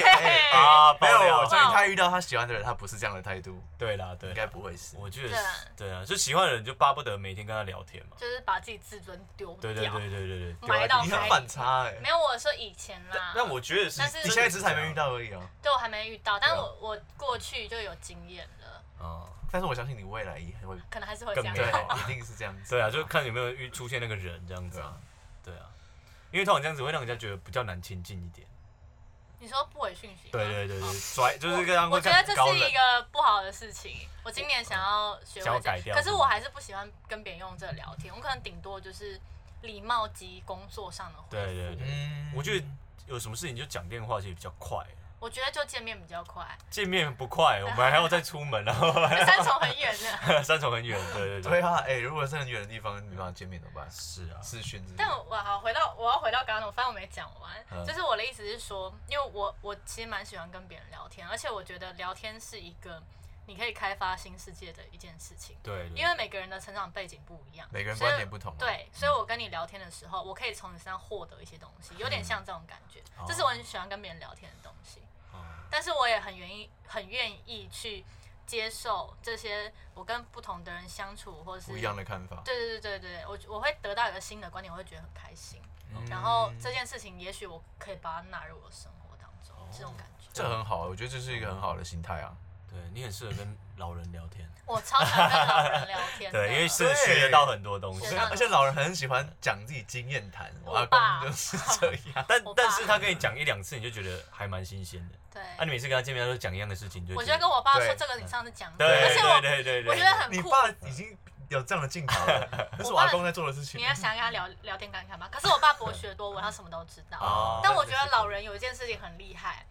Speaker 1: 哎
Speaker 2: [laughs] 啊，
Speaker 1: 没
Speaker 2: 爆
Speaker 1: 有，
Speaker 2: 料
Speaker 1: 我最近他遇到他喜欢的人，他不是这样的态度，
Speaker 2: 对啦对
Speaker 1: 应
Speaker 2: 啦，
Speaker 1: 该不会是。
Speaker 2: 我觉得
Speaker 3: 对啊
Speaker 2: 是对啊，就喜欢的人就巴不得每天跟他聊天嘛。
Speaker 3: 就是把自己自尊丢掉。
Speaker 2: 对对对对对对，啊
Speaker 3: 埋到
Speaker 1: 你
Speaker 3: 海
Speaker 1: 很
Speaker 3: 里
Speaker 1: 反差哎、
Speaker 3: 没有，我说以前啦。
Speaker 2: 那我觉得是
Speaker 3: 但是
Speaker 2: 真的
Speaker 1: 你
Speaker 2: 这
Speaker 1: 现
Speaker 2: 样，
Speaker 1: 在只是还没遇到而已哦、
Speaker 3: 对我还没遇到，但
Speaker 1: 对啊
Speaker 3: 我我过去就有经验了，
Speaker 2: 啊。
Speaker 1: 但是我相信你未来也会，
Speaker 3: 可能还是会这
Speaker 2: 更
Speaker 3: 样
Speaker 2: 没。有
Speaker 1: 对， [laughs] 一定是这样子。
Speaker 2: 对啊，就看有没有遇出现那个人这样子啊。对啊，因为通常这样子会让人家觉得比较难亲近一点。
Speaker 3: 你说不回讯息吗？
Speaker 2: 对对对对，拽就是这样
Speaker 3: 哦我
Speaker 2: 会
Speaker 3: 觉得这
Speaker 2: 更高
Speaker 3: 是一
Speaker 2: 冷。
Speaker 3: 个不好的事情。我今年想要学
Speaker 2: 想
Speaker 3: 会
Speaker 2: 要
Speaker 3: 这
Speaker 2: 改掉
Speaker 3: 可是我还是不喜欢跟别人用这聊天，我可能顶多就是礼貌及工作上的回复。
Speaker 2: 对对对，
Speaker 1: 嗯
Speaker 2: 我觉得有什么事情就讲电话其实比较快。
Speaker 3: 我觉得就见面比较快， [laughs]
Speaker 2: 见面不快，我们还要再出门，然后
Speaker 3: 三重很远呢。 [laughs]
Speaker 2: 山重很远，
Speaker 1: [laughs]
Speaker 2: 对对
Speaker 1: 对啊，哎、如果是很远的地方没办法见面怎么办？
Speaker 2: 是啊，
Speaker 1: 视讯之类的
Speaker 3: 但我我好回到我要回到刚刚，我发现我没讲完，
Speaker 1: 嗯
Speaker 3: 就是我的意思是说，因为我我其实蛮喜欢跟别人聊天，而且我觉得聊天是一个你可以开发新世界的一件事情，
Speaker 2: 对
Speaker 3: 因
Speaker 2: 对，
Speaker 3: 为每个人的成长背景不一样，
Speaker 1: 每个人
Speaker 3: 所以
Speaker 1: 观点不同啊嗯嘛
Speaker 3: 对，所以我跟你聊天的时候，我可以从你身上获得一些东西，有点像这种感觉，这是我很喜欢跟别人聊天的东西，
Speaker 1: 嗯
Speaker 3: 但是我也很愿意很愿意去接受这些我跟不同的人相处或是
Speaker 1: 不一样的看法。
Speaker 3: 对对对对对，我我会得到一个新的观点，我会觉得很开心。
Speaker 1: 嗯
Speaker 3: 然后这件事情，也许我可以把它纳入我的生活当中，这种感觉。
Speaker 1: 哦这很好，我觉得这是一个很好的心态
Speaker 3: 嗯
Speaker 1: 啊。
Speaker 4: 对你很适合跟老人聊天，
Speaker 3: 我超想跟老人聊天的，
Speaker 2: 对，因为
Speaker 1: [laughs]
Speaker 2: 是
Speaker 1: 对
Speaker 2: 学得到很多东西
Speaker 3: 学对，到
Speaker 1: 而且老人很喜欢讲自己经验谈，我阿
Speaker 3: 啊我爸
Speaker 1: 公就是这样。
Speaker 2: 但
Speaker 3: 我爸
Speaker 2: 但是他跟你讲一两次，你就觉得还蛮新鲜的。
Speaker 3: 对。
Speaker 2: 啊，你每次跟他见面，他都讲一样的事情，你就
Speaker 3: 我
Speaker 2: 觉
Speaker 3: 觉得跟我爸说
Speaker 1: 对
Speaker 3: 这个，你上次讲过，
Speaker 2: 对
Speaker 3: 而且
Speaker 2: 对
Speaker 3: 我
Speaker 2: 对对对，
Speaker 3: 我觉得 [laughs] 很
Speaker 1: 你
Speaker 3: 酷
Speaker 1: 爸已经有这样的镜头
Speaker 3: [laughs]
Speaker 1: 了，这是我
Speaker 3: 我爸
Speaker 1: 阿公在做的事情
Speaker 3: 你。要想跟他聊聊天看看吧。可是我爸博学多闻，他什么都知道。
Speaker 2: 哦
Speaker 3: 但我觉得老人有一件事情很厉害，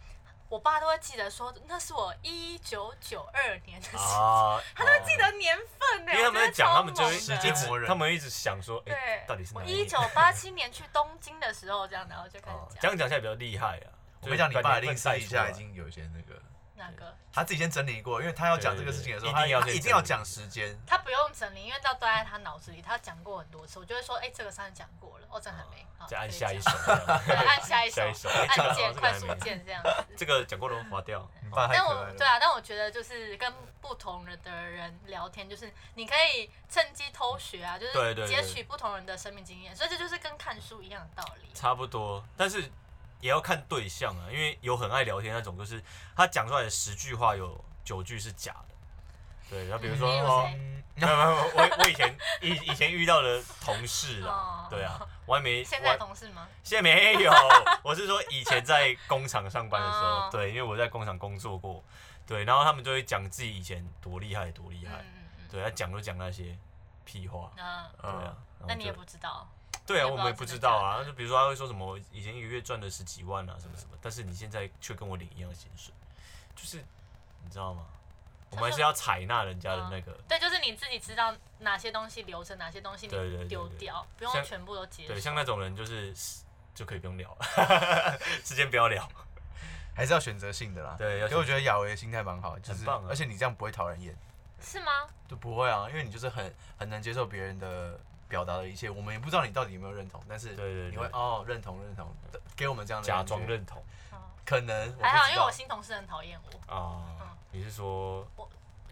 Speaker 3: 我爸都会记得说那是我一九九二年的事情，
Speaker 2: 啊，
Speaker 3: [laughs] 他都会记得年份呢。
Speaker 2: 因为他们在讲，他们就会一
Speaker 1: 时间
Speaker 2: 直
Speaker 1: 磨人
Speaker 2: 他们一直想说，哎
Speaker 3: 对，，
Speaker 2: 到底是哪
Speaker 3: 我
Speaker 2: 一
Speaker 3: 一
Speaker 2: 年
Speaker 3: 九八七年去东京的时候这样，然后就开始
Speaker 2: 哦这
Speaker 3: 讲
Speaker 2: 样讲起来比较厉害啊。
Speaker 1: 我跟你讲，你爸一定私
Speaker 2: 晒
Speaker 1: 底下已经有一些那个，
Speaker 3: 那个，
Speaker 1: 他自己先整理过，因为他要讲这个事情的时候，他
Speaker 2: 对对对
Speaker 1: 他
Speaker 2: 一定要先
Speaker 1: 一定要讲时间。
Speaker 3: 他不用整理，因为到都在他脑子里，他讲过很多次，我就会说，哎、这个上次讲过了，哦，这个还没，好
Speaker 2: 再按
Speaker 3: 可以
Speaker 2: 下一
Speaker 3: 讲
Speaker 2: 首，
Speaker 3: [laughs] 对，按下一首，
Speaker 2: [laughs] 下一首哎
Speaker 3: 按键
Speaker 2: 这个还没
Speaker 3: 快速键这嗯样子。
Speaker 2: 这个讲过都划掉。
Speaker 1: 你爸太
Speaker 3: 但
Speaker 1: 可
Speaker 3: 我
Speaker 1: 爱了。
Speaker 3: 对啊，但我觉得就是跟不同人的人聊天，就是你可以趁机偷学啊，就
Speaker 2: 对
Speaker 3: 是
Speaker 2: 对对
Speaker 3: 截取不同人的生命经验，所以这就是跟看书一样的道理。
Speaker 2: 差不多，但是也要看对象啊，因为有很爱聊天那种，就是他讲出来的十句话有九句是假的。对，然后比如说
Speaker 3: 嗯例如
Speaker 2: 哦
Speaker 3: 谁，
Speaker 2: [laughs] 没有没有，没有我我以前以以前遇到的同事
Speaker 3: [laughs] 哦
Speaker 2: 啦，对啊，我还没
Speaker 3: 现在
Speaker 2: 我
Speaker 3: 同事吗？
Speaker 2: 现在没有， [laughs] 我是说以前在工厂上班的时
Speaker 3: 哦
Speaker 2: 候，对，因为我在工厂工作过，对，然后他们就会讲自己以前多厉害多厉
Speaker 3: 嗯
Speaker 2: 害，
Speaker 3: 嗯嗯，
Speaker 2: 对，他讲都讲那些屁话，
Speaker 3: 那
Speaker 2: 对啊，
Speaker 1: 嗯，
Speaker 2: 然后
Speaker 3: 那你
Speaker 2: 就
Speaker 3: 也不知道，
Speaker 2: 对啊，
Speaker 3: 你也
Speaker 2: 我们也
Speaker 3: 不
Speaker 2: 不
Speaker 3: 知
Speaker 2: 知道
Speaker 3: 道自己在
Speaker 2: 啊。就比如说他会说什么，以前一个月赚了十几万啊，什么什么，但是你现在却跟我领一样的薪水，就是你知道吗？我们还是要采纳人
Speaker 3: 嗯
Speaker 2: 家的那个，
Speaker 3: 对，就是你自己知道哪些东西留着，哪些东西
Speaker 2: 对对
Speaker 3: 你
Speaker 2: 对
Speaker 3: 丢
Speaker 2: 对
Speaker 3: 掉，不用
Speaker 2: 像
Speaker 3: 全部都接
Speaker 2: 对，
Speaker 3: 受。
Speaker 2: 像那种人就是就可以不用聊， [laughs] 时间不要聊，
Speaker 1: 还是要选择性的啦。
Speaker 2: 对要
Speaker 1: 可是我觉得雅维的心态蛮好，就是
Speaker 2: 很棒啊
Speaker 1: 而且你这样不会讨人厌，
Speaker 3: 是吗？
Speaker 1: 就不会啊，因为你就是很很能接受别人的表达的一切，我们也不知道你到底有没有认同，但
Speaker 3: 嗯
Speaker 1: 是
Speaker 2: 对对对
Speaker 1: 你会哦认同认同，给我们这样的
Speaker 2: 假
Speaker 1: 感觉
Speaker 2: 装，认同
Speaker 1: 可能我不
Speaker 3: 还好，
Speaker 1: 知
Speaker 3: 因为
Speaker 1: 道
Speaker 3: 我新同事很讨厌我，
Speaker 2: 啊。你是说
Speaker 3: 嗯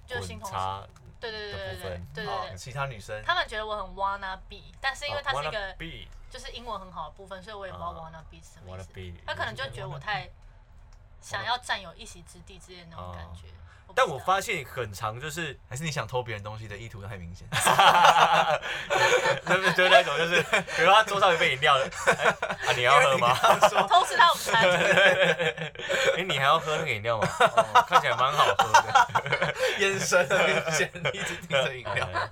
Speaker 3: 就是新
Speaker 2: 滚
Speaker 3: 同事，
Speaker 2: 差
Speaker 3: 对对对对
Speaker 2: 的
Speaker 3: 对
Speaker 2: 部
Speaker 3: 对
Speaker 2: 分
Speaker 3: 对
Speaker 1: 哦
Speaker 3: 对对，
Speaker 1: 其他女生
Speaker 3: 他们觉得我很 wanna be，但是因
Speaker 2: 啊哦
Speaker 3: 为他是一个
Speaker 2: B
Speaker 3: 就是英文很好的部分，所以我也不知道
Speaker 2: 啊
Speaker 3: wanna be 是什么意
Speaker 2: wanna
Speaker 3: 思。
Speaker 2: be，
Speaker 3: 他可能就觉得我太想要占有一席之地之类的那种感觉。不知
Speaker 2: 啊但我
Speaker 3: 道
Speaker 2: 发现很长就是
Speaker 1: 还是你想偷别人东西的意图太明 [laughs] 显，
Speaker 2: 对不对？ [laughs] 那种就是，比如说他桌上有一杯饮料，哎啊，你要喝吗？
Speaker 3: 偷吃他午
Speaker 2: [laughs]
Speaker 3: 餐，
Speaker 2: 哎、你还要喝那个饮
Speaker 1: [laughs]
Speaker 2: 料吗？哦看起来蛮好喝的。
Speaker 1: 眼神很明 [laughs] 显，一直盯着饮料。
Speaker 2: 哎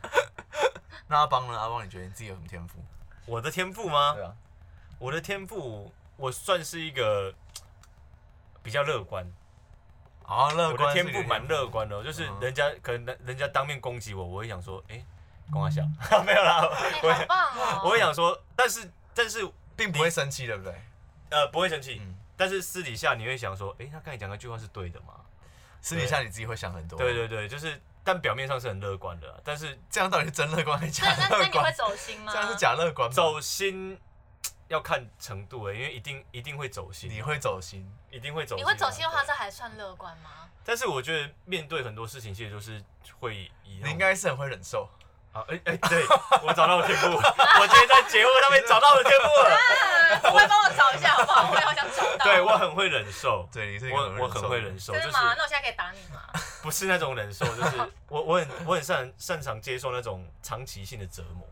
Speaker 1: 那阿邦呢？阿邦，你觉得你自己有什么天赋？
Speaker 2: 我的天赋吗？
Speaker 1: 对啊，
Speaker 2: 我的天赋，我算是一个比较乐观。
Speaker 1: 啊，乐
Speaker 2: 我的
Speaker 1: 观是
Speaker 2: 天
Speaker 1: 你的
Speaker 2: 赋蛮乐观的哦，就是
Speaker 1: 嗯
Speaker 2: 人家可能人家当面攻击我，我会想说，哎、光阿笑，
Speaker 1: 哦
Speaker 2: 没有啦，
Speaker 3: 你好棒哦！
Speaker 2: 我会想说，但是但是
Speaker 1: 并不会生气，对不对？
Speaker 2: 呃不会生气，
Speaker 1: 嗯
Speaker 2: 但是私底下你会想说，哎、他刚才讲那句话是对的吗？
Speaker 1: 私底下你自己会想很多。
Speaker 2: 对，对对，就是但表面上是很乐观的啊，但是
Speaker 1: 这样到底是真乐观还是假
Speaker 3: 那那那
Speaker 1: 乐
Speaker 3: 你会
Speaker 1: 观？
Speaker 3: 走心吗？
Speaker 1: 这样是假乐观吗？
Speaker 2: 走心要看程度欸诶、因为一定一定会走心，啊
Speaker 1: 你会走心，
Speaker 2: 一定会走心啊、
Speaker 3: 你会走心的话，
Speaker 2: 对
Speaker 3: 这还算乐观吗？
Speaker 2: 但是我觉得面对很多事情，其实就是会以那种
Speaker 1: 你应该是很会忍受。
Speaker 2: 啊，哎、哎、对我找到了天
Speaker 3: [laughs]
Speaker 2: 赋，我今天在节目上面找到了天赋了，
Speaker 3: 啊 [laughs] 不会帮我找一下好不好？我也好想找到。
Speaker 2: 对我很会忍受，
Speaker 1: 对，你是一个
Speaker 2: 我我很会
Speaker 1: 的人
Speaker 2: 忍受，
Speaker 3: 真
Speaker 2: 就
Speaker 3: 的
Speaker 2: 是
Speaker 3: 吗？那我现在可以打你
Speaker 2: [laughs]
Speaker 3: 吗？
Speaker 2: 不是那种忍受，就是我我很我很擅擅长接受那种长期性的折磨，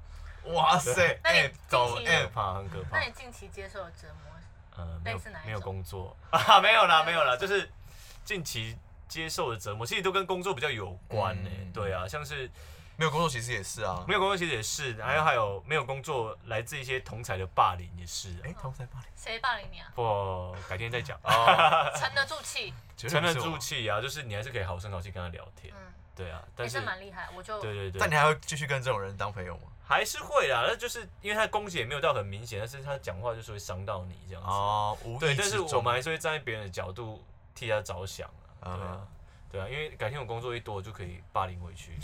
Speaker 1: 哇塞，
Speaker 3: [laughs] 那你
Speaker 1: 哎，走
Speaker 3: 近期
Speaker 2: 可
Speaker 1: 哎，
Speaker 2: 怕很可怕
Speaker 3: 那。你近期接受的折磨，
Speaker 2: 呃，没有
Speaker 3: 类似哪一种
Speaker 2: 没有工作 [laughs] 啊，没有啦，没有啦，就是近期接受的折磨，其实都跟工作比较有关呢、欸
Speaker 1: 嗯
Speaker 2: 对啊，像是
Speaker 1: 没有工作其实也是啊。
Speaker 2: 没有工作其实也是，还有还有没有工作，来自一些同才的霸凌也是、啊。
Speaker 1: 哎，同才霸凌，
Speaker 3: 谁霸凌你啊？
Speaker 2: 不，改天再讲。
Speaker 1: [laughs] 哦
Speaker 2: 啊
Speaker 3: 沉得住气，
Speaker 1: 绝对
Speaker 2: 沉
Speaker 1: 不
Speaker 2: 得
Speaker 1: 是我
Speaker 2: 住，气啊，就是你还是可以好声好气跟他聊天。
Speaker 3: 嗯，
Speaker 2: 对啊，
Speaker 3: 也
Speaker 2: 但是
Speaker 3: 是蛮厉害，我就
Speaker 2: 对对对，
Speaker 1: 但你还会继续跟这种人当朋友吗？
Speaker 2: 还是会啦，那就是因为他的攻击也没有到很明显，但是他讲话就是会伤到你这样子。
Speaker 1: 哦，无意
Speaker 2: 对，
Speaker 1: 之
Speaker 2: 但是我
Speaker 1: 中
Speaker 2: 们还是会站在别人的角度替他着想啊，对
Speaker 1: 啊
Speaker 2: 啊，对啊，因为改天我工作一多，我就可以霸凌回去，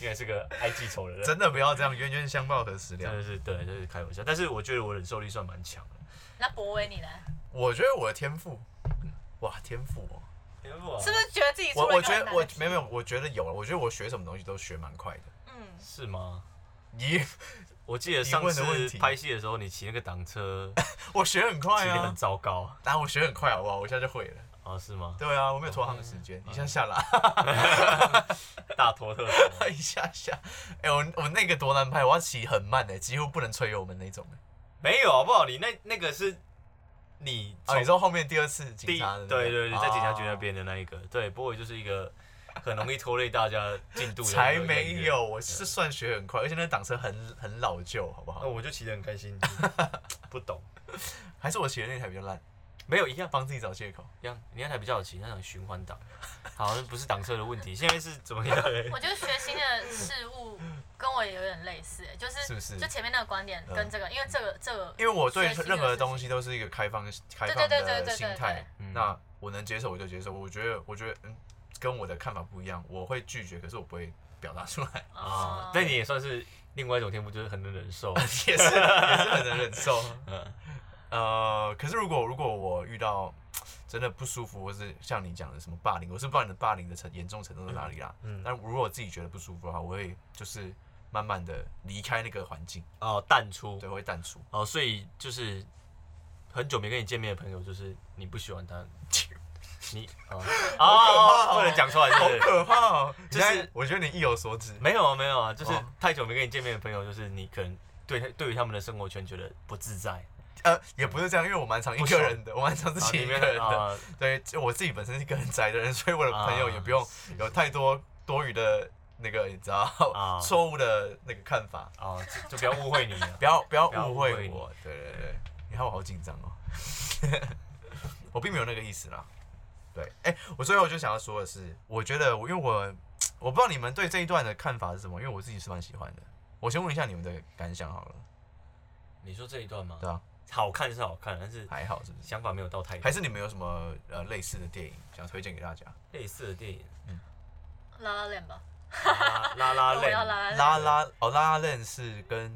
Speaker 2: 因为是
Speaker 1: [laughs]
Speaker 2: 个爱记仇的人，
Speaker 1: 真的不要这样，冤冤相报何时了
Speaker 2: 真？的是对，这、就是开玩笑。但是我觉得我忍受力算蛮强的，
Speaker 3: 那博威你呢？
Speaker 1: 我觉得我的天赋，哇，天赋哦！
Speaker 2: 天赋啊
Speaker 3: 是不是觉得自己出
Speaker 1: 我
Speaker 3: 了一
Speaker 1: 我
Speaker 3: 个
Speaker 1: 觉
Speaker 3: 很
Speaker 1: 得
Speaker 3: 难
Speaker 1: 我
Speaker 3: 的题
Speaker 1: 没有没有，我觉得有了。啊我觉得我学什么东西都学蛮快的。
Speaker 3: 嗯，
Speaker 2: 是吗？
Speaker 1: 你
Speaker 2: 我记得
Speaker 1: 你
Speaker 2: 上
Speaker 1: 问的问
Speaker 2: 次
Speaker 1: 题
Speaker 2: 拍戏的时候，你骑那个
Speaker 1: [laughs]
Speaker 2: 挡车
Speaker 1: 我学很快
Speaker 2: 骑得
Speaker 1: 啊
Speaker 2: 很，糟糕啊
Speaker 1: 然后我学很快好不好？我一下就会了。
Speaker 2: 啊，是吗？
Speaker 1: 对啊，我没有拖行时间，
Speaker 2: 嗯
Speaker 1: 一下下啦， [laughs]
Speaker 2: 大拖特拖。
Speaker 1: 一下下。哎，我我那个多难拍，我要骑很慢的，几乎不能吹油门那种的。
Speaker 2: 没有好不好？你那那个是你
Speaker 1: 哦，你
Speaker 2: 从
Speaker 1: 说后面第二次
Speaker 2: 第
Speaker 1: 警
Speaker 2: 一
Speaker 1: 察的那个，
Speaker 2: 对对对，在警察局那
Speaker 1: 哦
Speaker 2: 边的那一个，对，不过我就是一个很容易拖累大家进度的那个
Speaker 1: 才
Speaker 2: 演员
Speaker 1: 没有，。我是算学很快，而且那挡车很很老旧，好不
Speaker 2: 那
Speaker 1: 好？
Speaker 2: 我就骑得很
Speaker 1: [laughs]
Speaker 2: 开心，不懂，
Speaker 1: 还是我骑的那台比较烂，
Speaker 2: 没有一样
Speaker 1: 帮自己找借口。
Speaker 2: 一样，你那台比较好骑，那台循环档，好像不是挡车的问题，现在是怎么样？
Speaker 1: [laughs]
Speaker 3: 我觉得学新的事物跟我也有点类似，就是
Speaker 1: 是不是
Speaker 3: 就前面那个观点跟这个，因为这个这个
Speaker 1: 因为我对
Speaker 3: 学习的
Speaker 1: 任何
Speaker 3: 事情
Speaker 1: 东西都是一个开放开
Speaker 3: 对
Speaker 1: 放
Speaker 3: 对对对
Speaker 1: 的
Speaker 3: 对
Speaker 1: 心
Speaker 3: 对
Speaker 1: 态
Speaker 2: 对，嗯
Speaker 1: 那我能接受我就接受。我觉得我觉得嗯，跟我的看法不一样，我会拒绝，可是我不会表达出来，
Speaker 2: 啊
Speaker 3: 哦，
Speaker 2: 但你也算是另外一种天赋，就是很能忍
Speaker 1: [laughs]
Speaker 2: 受。
Speaker 1: 也是也是很能忍 [laughs] 受。
Speaker 2: 嗯
Speaker 1: 呃，可是如果如果我遇到真的不舒服，或是像你讲的什么霸凌，我是不知道你的霸凌的程严重程度在哪里啦。
Speaker 2: 嗯
Speaker 1: 嗯，但如果我自己觉得不舒服的话，我会就是慢慢的离开那个环境，
Speaker 2: 哦，淡出
Speaker 1: 对，，我会淡 [laughs] 出。
Speaker 2: 哦，所以就是很久没跟你见面的朋友，就是你不喜欢他，你
Speaker 1: [laughs]
Speaker 2: 啊
Speaker 1: 好可怕
Speaker 2: 啊，
Speaker 1: 哦
Speaker 2: 不能讲出来，
Speaker 1: 好
Speaker 2: 对不对？
Speaker 1: 可怕哦！
Speaker 2: 就
Speaker 1: 就是是我觉得你意有所指。
Speaker 2: 没有啊，没有啊，就是
Speaker 1: 哦
Speaker 2: 太久没跟你见面的朋友，就是你可能对他对于他们的生活圈觉得不自在，
Speaker 1: 呃，也不是哦这样，因为我蛮常一
Speaker 2: 不
Speaker 1: 个
Speaker 2: 爽
Speaker 1: 人的，我蛮常自
Speaker 2: 啊
Speaker 1: 己
Speaker 2: 你
Speaker 1: 一
Speaker 2: 没
Speaker 1: 个
Speaker 2: 有
Speaker 1: 人的。
Speaker 2: 啊
Speaker 1: 对，就我自己本身是一个很宅的人， [laughs] 所以我的朋友
Speaker 2: 啊
Speaker 1: 也不用有太多多余的那个，你知
Speaker 2: 啊
Speaker 1: 道， [laughs] 错误的那个看法。
Speaker 2: 啊，就就不要误会你了
Speaker 1: 不。要不要
Speaker 2: 不要
Speaker 1: 误
Speaker 2: 误会
Speaker 1: 会
Speaker 2: 你
Speaker 1: 我，对对对，你看我好紧张哦， [laughs] 我并没有那个意思啦。对，哎、我最后就想要说的是，我觉得我因为我我不知道你们对这一段的看法是什么，因为我自己是蛮喜欢的。我先问一下你们的感想好了，
Speaker 2: [laughs] 你说这一段吗
Speaker 1: 对？啊，
Speaker 2: 好看是好看，但是
Speaker 1: 还好是不是？
Speaker 2: 想法没有到太多
Speaker 1: 还是你们有什么呃类似的电影想推荐给大家？
Speaker 2: 类似的电影，
Speaker 3: 拉拉链吧，
Speaker 2: 拉拉
Speaker 3: 哦我
Speaker 2: 类，
Speaker 3: 要拉拉
Speaker 1: 拉拉哦，拉拉链是跟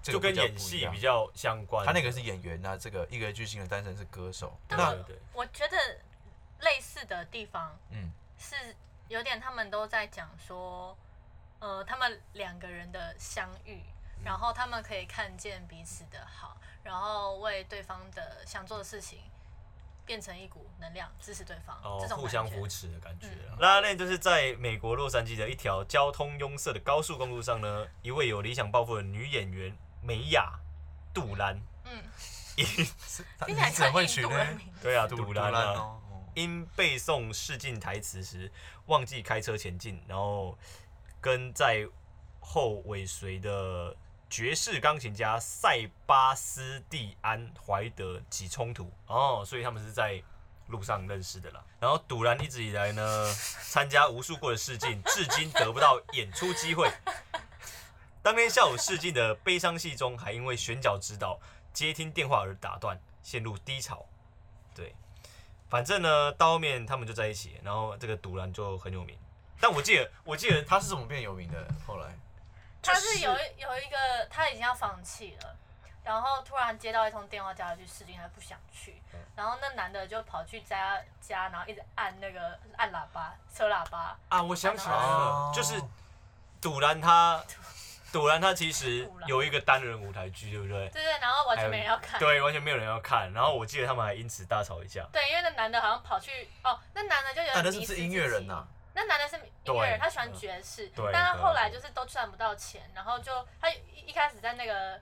Speaker 1: 这
Speaker 2: 就
Speaker 1: 个
Speaker 2: 跟
Speaker 1: 比较
Speaker 2: 演
Speaker 1: 不一
Speaker 2: 戏
Speaker 1: 样
Speaker 2: 比较相关的。
Speaker 1: 他那个是演员啊那、这个一个巨星的单身是歌手，
Speaker 2: 对
Speaker 1: 那
Speaker 2: 对对，
Speaker 3: 我觉得类似的地方
Speaker 1: 嗯
Speaker 3: 是有点他们都在讲说，呃，他们两个人的相遇，然后他们可以看见彼此的好，然后为对方的想做的事情变成一股能量，支持对方，
Speaker 2: 哦
Speaker 3: 这，种
Speaker 2: 互相
Speaker 3: 感觉
Speaker 2: 扶持的感觉啦。拉拉链就是在美国洛杉矶的一条交通拥塞的高速公路上呢，一位有理想抱负的女演员梅雅·杜兰，
Speaker 3: 嗯，
Speaker 1: 你
Speaker 3: 听起来
Speaker 1: 怎么
Speaker 3: 像
Speaker 1: 会
Speaker 3: 印
Speaker 1: 取
Speaker 3: 度
Speaker 1: 呢
Speaker 3: 人？名。
Speaker 2: 对啊，
Speaker 1: 杜
Speaker 2: 杜
Speaker 1: 兰
Speaker 2: 兰啊，
Speaker 1: 哦，哦
Speaker 2: 因背诵试镜台词时忘记开车前进，然后跟在后尾随的爵士钢琴家塞巴斯蒂安·怀德起冲突哦，所以他们是在路上认识的啦。然后杜兰一直以来呢，参加无数过的试镜，至今得不到演出机会。当天下午试镜的悲伤戏中，还因为选角指导接听电话而打断，陷入低潮。对，反正呢，到后面他们就在一起，然后这个杜兰就很有名。但我记得，我记得他
Speaker 1: 他是怎么变有名的？后来
Speaker 3: 他是有一有一个他已经要放弃了，然后突然接到一通电话叫他去试镜，他不想去，然后那男的就跑去家家，然后一直按那个按喇叭车喇叭，
Speaker 2: 啊，我想
Speaker 3: 起来了
Speaker 2: 哦就是杜兰他，杜兰他其实
Speaker 3: 杜兰
Speaker 2: 有一个单人舞台剧，对不对？
Speaker 3: 对对，然后完全没人要看。
Speaker 2: 对，完全没有人要看。然后我记得他们还因此大吵一架。
Speaker 3: 对因为那男的好像跑去哦，那男的就有
Speaker 1: 那
Speaker 3: 点
Speaker 1: 那是
Speaker 3: 迷失
Speaker 1: 不
Speaker 3: 自
Speaker 1: 是
Speaker 3: 己
Speaker 1: 音乐人呐、
Speaker 3: 那男的是音乐
Speaker 2: 对
Speaker 3: 人，他喜欢爵士，
Speaker 2: 对
Speaker 3: 但他
Speaker 2: 对
Speaker 3: 后来就是都赚不到钱，然后就他一一开始在那个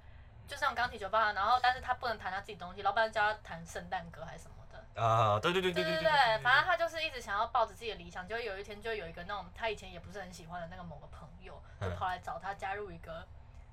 Speaker 3: 就是那种钢琴酒吧，然后但是他不能弹他自己东西，老板叫他弹圣诞歌还是什么的，
Speaker 2: 啊，对对对
Speaker 3: 对
Speaker 2: 对
Speaker 3: 对
Speaker 2: 对
Speaker 3: 对，反正他就是一直想要抱着自己的理想，就有一天就有一个那种他以前也不是很喜欢的那个某个朋友，就
Speaker 2: 嗯
Speaker 3: 跑来找他加入一个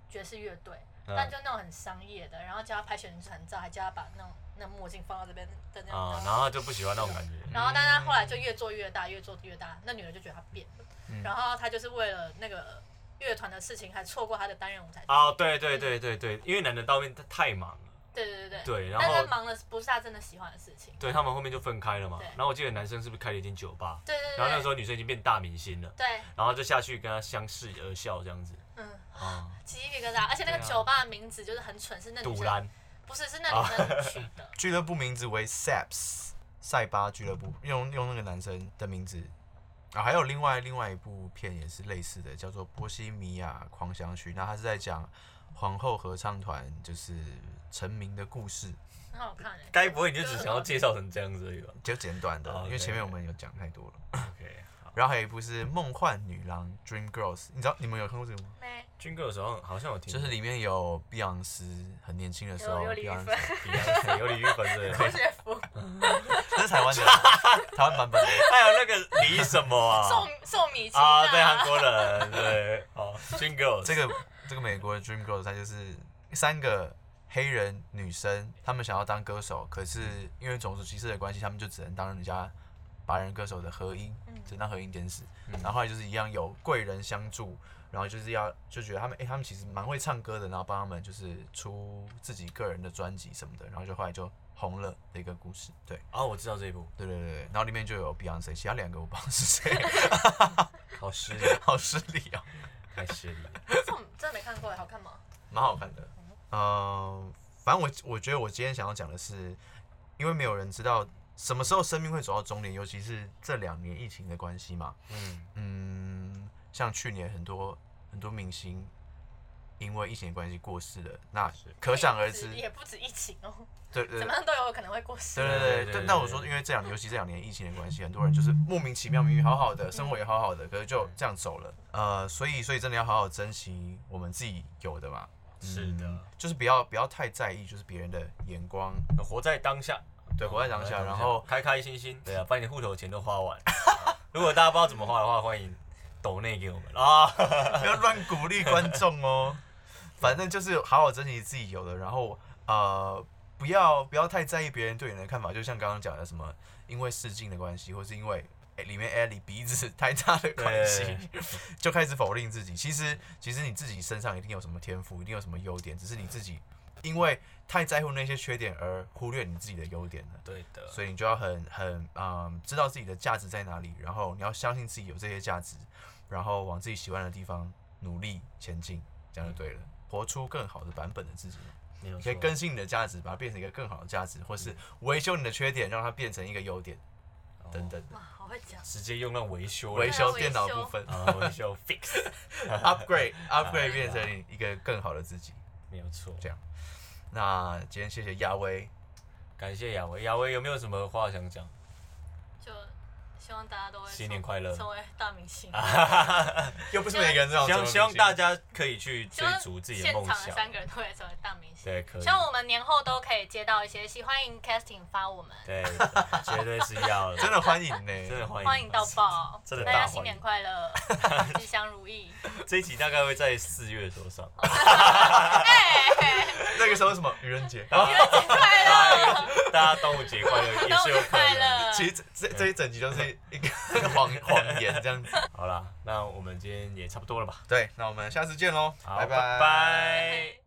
Speaker 3: 爵士乐队，
Speaker 2: 嗯
Speaker 3: 但就那种很商业的，然后叫他拍宣传照，还叫他把那种那墨镜放到这边的那
Speaker 2: 啊，
Speaker 3: 种。
Speaker 2: 然后他就不喜欢那种感觉，
Speaker 3: 然后，但是他后来就越做越大，越做越大，那女的就觉得他变了，
Speaker 1: 嗯
Speaker 3: 然后他就是为了那个乐团的事情，还错过他的单人舞台。
Speaker 2: 啊，对对对对对，因为男的到面他太忙了，
Speaker 3: 对对对对。
Speaker 2: 对，然
Speaker 3: 但是
Speaker 2: 后
Speaker 3: 忙的不是他真的喜欢的事情。
Speaker 2: 对他们后面就分开了嘛
Speaker 3: 对。
Speaker 2: 然后我记得男生是不是开了一间酒吧，
Speaker 3: 对对对。
Speaker 2: 然后那个时
Speaker 3: 候。
Speaker 2: 候女生已经变大明星了，
Speaker 3: 对，
Speaker 2: 然后就下去跟他相视而笑这样子
Speaker 3: 嗯，
Speaker 2: 啊，
Speaker 3: 鸡皮疙瘩，而且那个
Speaker 2: 对啊
Speaker 3: 酒吧的名字就是很蠢，嗯是那女
Speaker 2: 堵
Speaker 3: 生
Speaker 2: 然
Speaker 3: 不是，是那女生取的。
Speaker 1: 俱乐部名字为 Saps 塞巴俱乐部，用用那个男生的名字。啊，还有另外另外一部片也是类似的，叫做《波西米亚狂想曲》，那他是在讲皇后合唱团就是成名的故事，
Speaker 3: 很好看哎、
Speaker 2: 该不会你就只想要介绍成这样子而已吧
Speaker 1: 就简短的，
Speaker 2: 哦
Speaker 1: 因为前面我
Speaker 2: 对
Speaker 1: 们有讲太多了。
Speaker 2: ？OK，好
Speaker 1: 然后还有一部是《梦幻女郎》（Dream Girls），你知道你们有看过这个吗？
Speaker 3: 没
Speaker 2: [laughs] 军哥有时候好像有听
Speaker 1: 就
Speaker 2: 过，
Speaker 1: 是里面有碧昂斯，很年轻的时候，
Speaker 3: 有有李
Speaker 1: 碧
Speaker 3: 玉
Speaker 1: 昂斯
Speaker 3: 芬，
Speaker 2: 比较有李玉芬之类的，
Speaker 3: [laughs] 科学服
Speaker 1: 这是台 [laughs] 湾的台湾版本的。
Speaker 2: 还有哎那个李什么啊
Speaker 3: 送？送米奇
Speaker 2: 啊，对，韩国人，对，哦，军哥，
Speaker 1: 这个这个美国的 Dream Girls，它就是三个黑人女生，她们想要当歌手，可是因为种族歧视的关系，她们就只能当人家白人歌手的合音，只能当合音天使。然后后来就是一样有贵人相助，然后就是要就觉得他们，哎、他们其实蛮会唱歌的，然后帮他们就是出自己个人的专辑什么的，然后就后来就红了的一个故事。对，
Speaker 2: 啊，我知道这一部，
Speaker 1: 对对对对，然后里面就有 Beyonce，其他两个我不知道是谁， [laughs]
Speaker 2: 好失礼，
Speaker 1: 好失礼哦。
Speaker 2: 太失礼了。
Speaker 3: 这我真的没看过哎，好看吗？
Speaker 1: 蛮好看的。嗯，反正我我觉得我今天想要讲的是，因为没有人知道什么时候生命会走到终点，尤其是这两年疫情的关系嘛。
Speaker 2: 嗯，
Speaker 1: 嗯，像去年很多很多明星因为疫情的关系过世了，那
Speaker 2: 是
Speaker 1: 可想而知，
Speaker 3: 哎也不止疫情哦，
Speaker 1: 对对
Speaker 3: 怎
Speaker 1: 对
Speaker 3: 么样都有可能会过世。
Speaker 1: 对对
Speaker 2: 对
Speaker 1: 对
Speaker 2: 对
Speaker 1: 但
Speaker 2: 对
Speaker 1: 但我说，因为这两年，尤其这两年疫情的关系，很多人就是莫名其妙，明明好好的，生活也好好的，可是就这样走了。呃，所以所以真的要好好珍惜我们自己有的嘛。
Speaker 2: 是的
Speaker 1: 嗯就是不要不要太在意，就是别人的眼光，
Speaker 2: 嗯活在当下，
Speaker 1: 对，活在当下，然后
Speaker 2: 开开心心，对啊，把你的户头钱都花完。 [laughs] 如果大家不知道怎么花的话，欢迎抖内给我们啊。
Speaker 1: 不要乱鼓励观众哦。反正就是好好珍惜自己有的，然后呃，不要不要太在意别人对你的看法。就像刚刚讲的，什么因为试镜的关系，或是因为、诶里面艾莉鼻子太大的关系，就开始否定自己。其实其实你自己身上一定有什么天赋，一定有什么优点，只是你自己因为太在乎那些缺点而忽略你自己的优点了。
Speaker 2: [laughs] 对的，
Speaker 1: 所以你就要很很嗯，知道自己的价值在哪里，然后你要相信自己有这些价值，然后往自己喜欢的地方努力前进，这样就对了，活出更好的版本的自己。
Speaker 2: 没有
Speaker 1: 你可以
Speaker 2: 错
Speaker 1: 更新你的价值，把它变成一个更好的价值，或是维修你的缺点，让它变成一个优点，等等的。
Speaker 3: 哇，好会讲。
Speaker 2: 哦直接用到维修了
Speaker 1: 维修
Speaker 3: 对啊
Speaker 1: 电脑
Speaker 3: 维修
Speaker 1: 部分 [laughs]
Speaker 2: 啊，维修 fix，
Speaker 1: ，upgrade upgrade 变成一个更好的自己。
Speaker 2: 没有错。
Speaker 1: 这样那今天谢谢亚威，
Speaker 2: 感谢雅薇，雅薇有没有什么话想讲？
Speaker 3: 就希望大家都会
Speaker 2: 新年快乐
Speaker 3: 成为大明星。
Speaker 1: [laughs] 又不是每个人都想
Speaker 2: 希
Speaker 1: 成为
Speaker 2: 望
Speaker 1: 明
Speaker 2: 希望
Speaker 1: 星
Speaker 2: 大家可以去
Speaker 3: 希
Speaker 2: 追
Speaker 3: 望
Speaker 2: 逐自己的
Speaker 3: 现
Speaker 2: 梦
Speaker 3: 场的
Speaker 2: 想
Speaker 3: 三。个人都会成为大明星。
Speaker 2: 对，可以
Speaker 3: 希。望我们年后都可以接到一些戏，欢迎 casting 发我们，
Speaker 2: 对，绝对是要的
Speaker 1: 真的欢迎呢、
Speaker 2: [laughs] 真的欢迎
Speaker 3: 欢迎到爆，
Speaker 2: 真的
Speaker 3: 大
Speaker 2: 大
Speaker 3: 家
Speaker 2: 欢迎
Speaker 3: 新年快乐，吉祥如意。
Speaker 2: 这一集大概会在四月的时候上，
Speaker 3: 哎，
Speaker 1: 那个时候是什么愚人节。 [laughs]
Speaker 3: 愚人节快乐， [laughs]
Speaker 2: 大家端午节快乐，也
Speaker 3: 端
Speaker 2: 是有
Speaker 3: 午
Speaker 2: 可
Speaker 3: 快
Speaker 2: 能的。
Speaker 3: 乐。
Speaker 1: [laughs] 其实这这这一整集就是一个 [laughs] 谎谎言这样子。
Speaker 2: 好啦，那我们今天也差不多了吧？
Speaker 1: 对，那我们下次见喽，
Speaker 2: 好，
Speaker 1: 拜
Speaker 2: 拜拜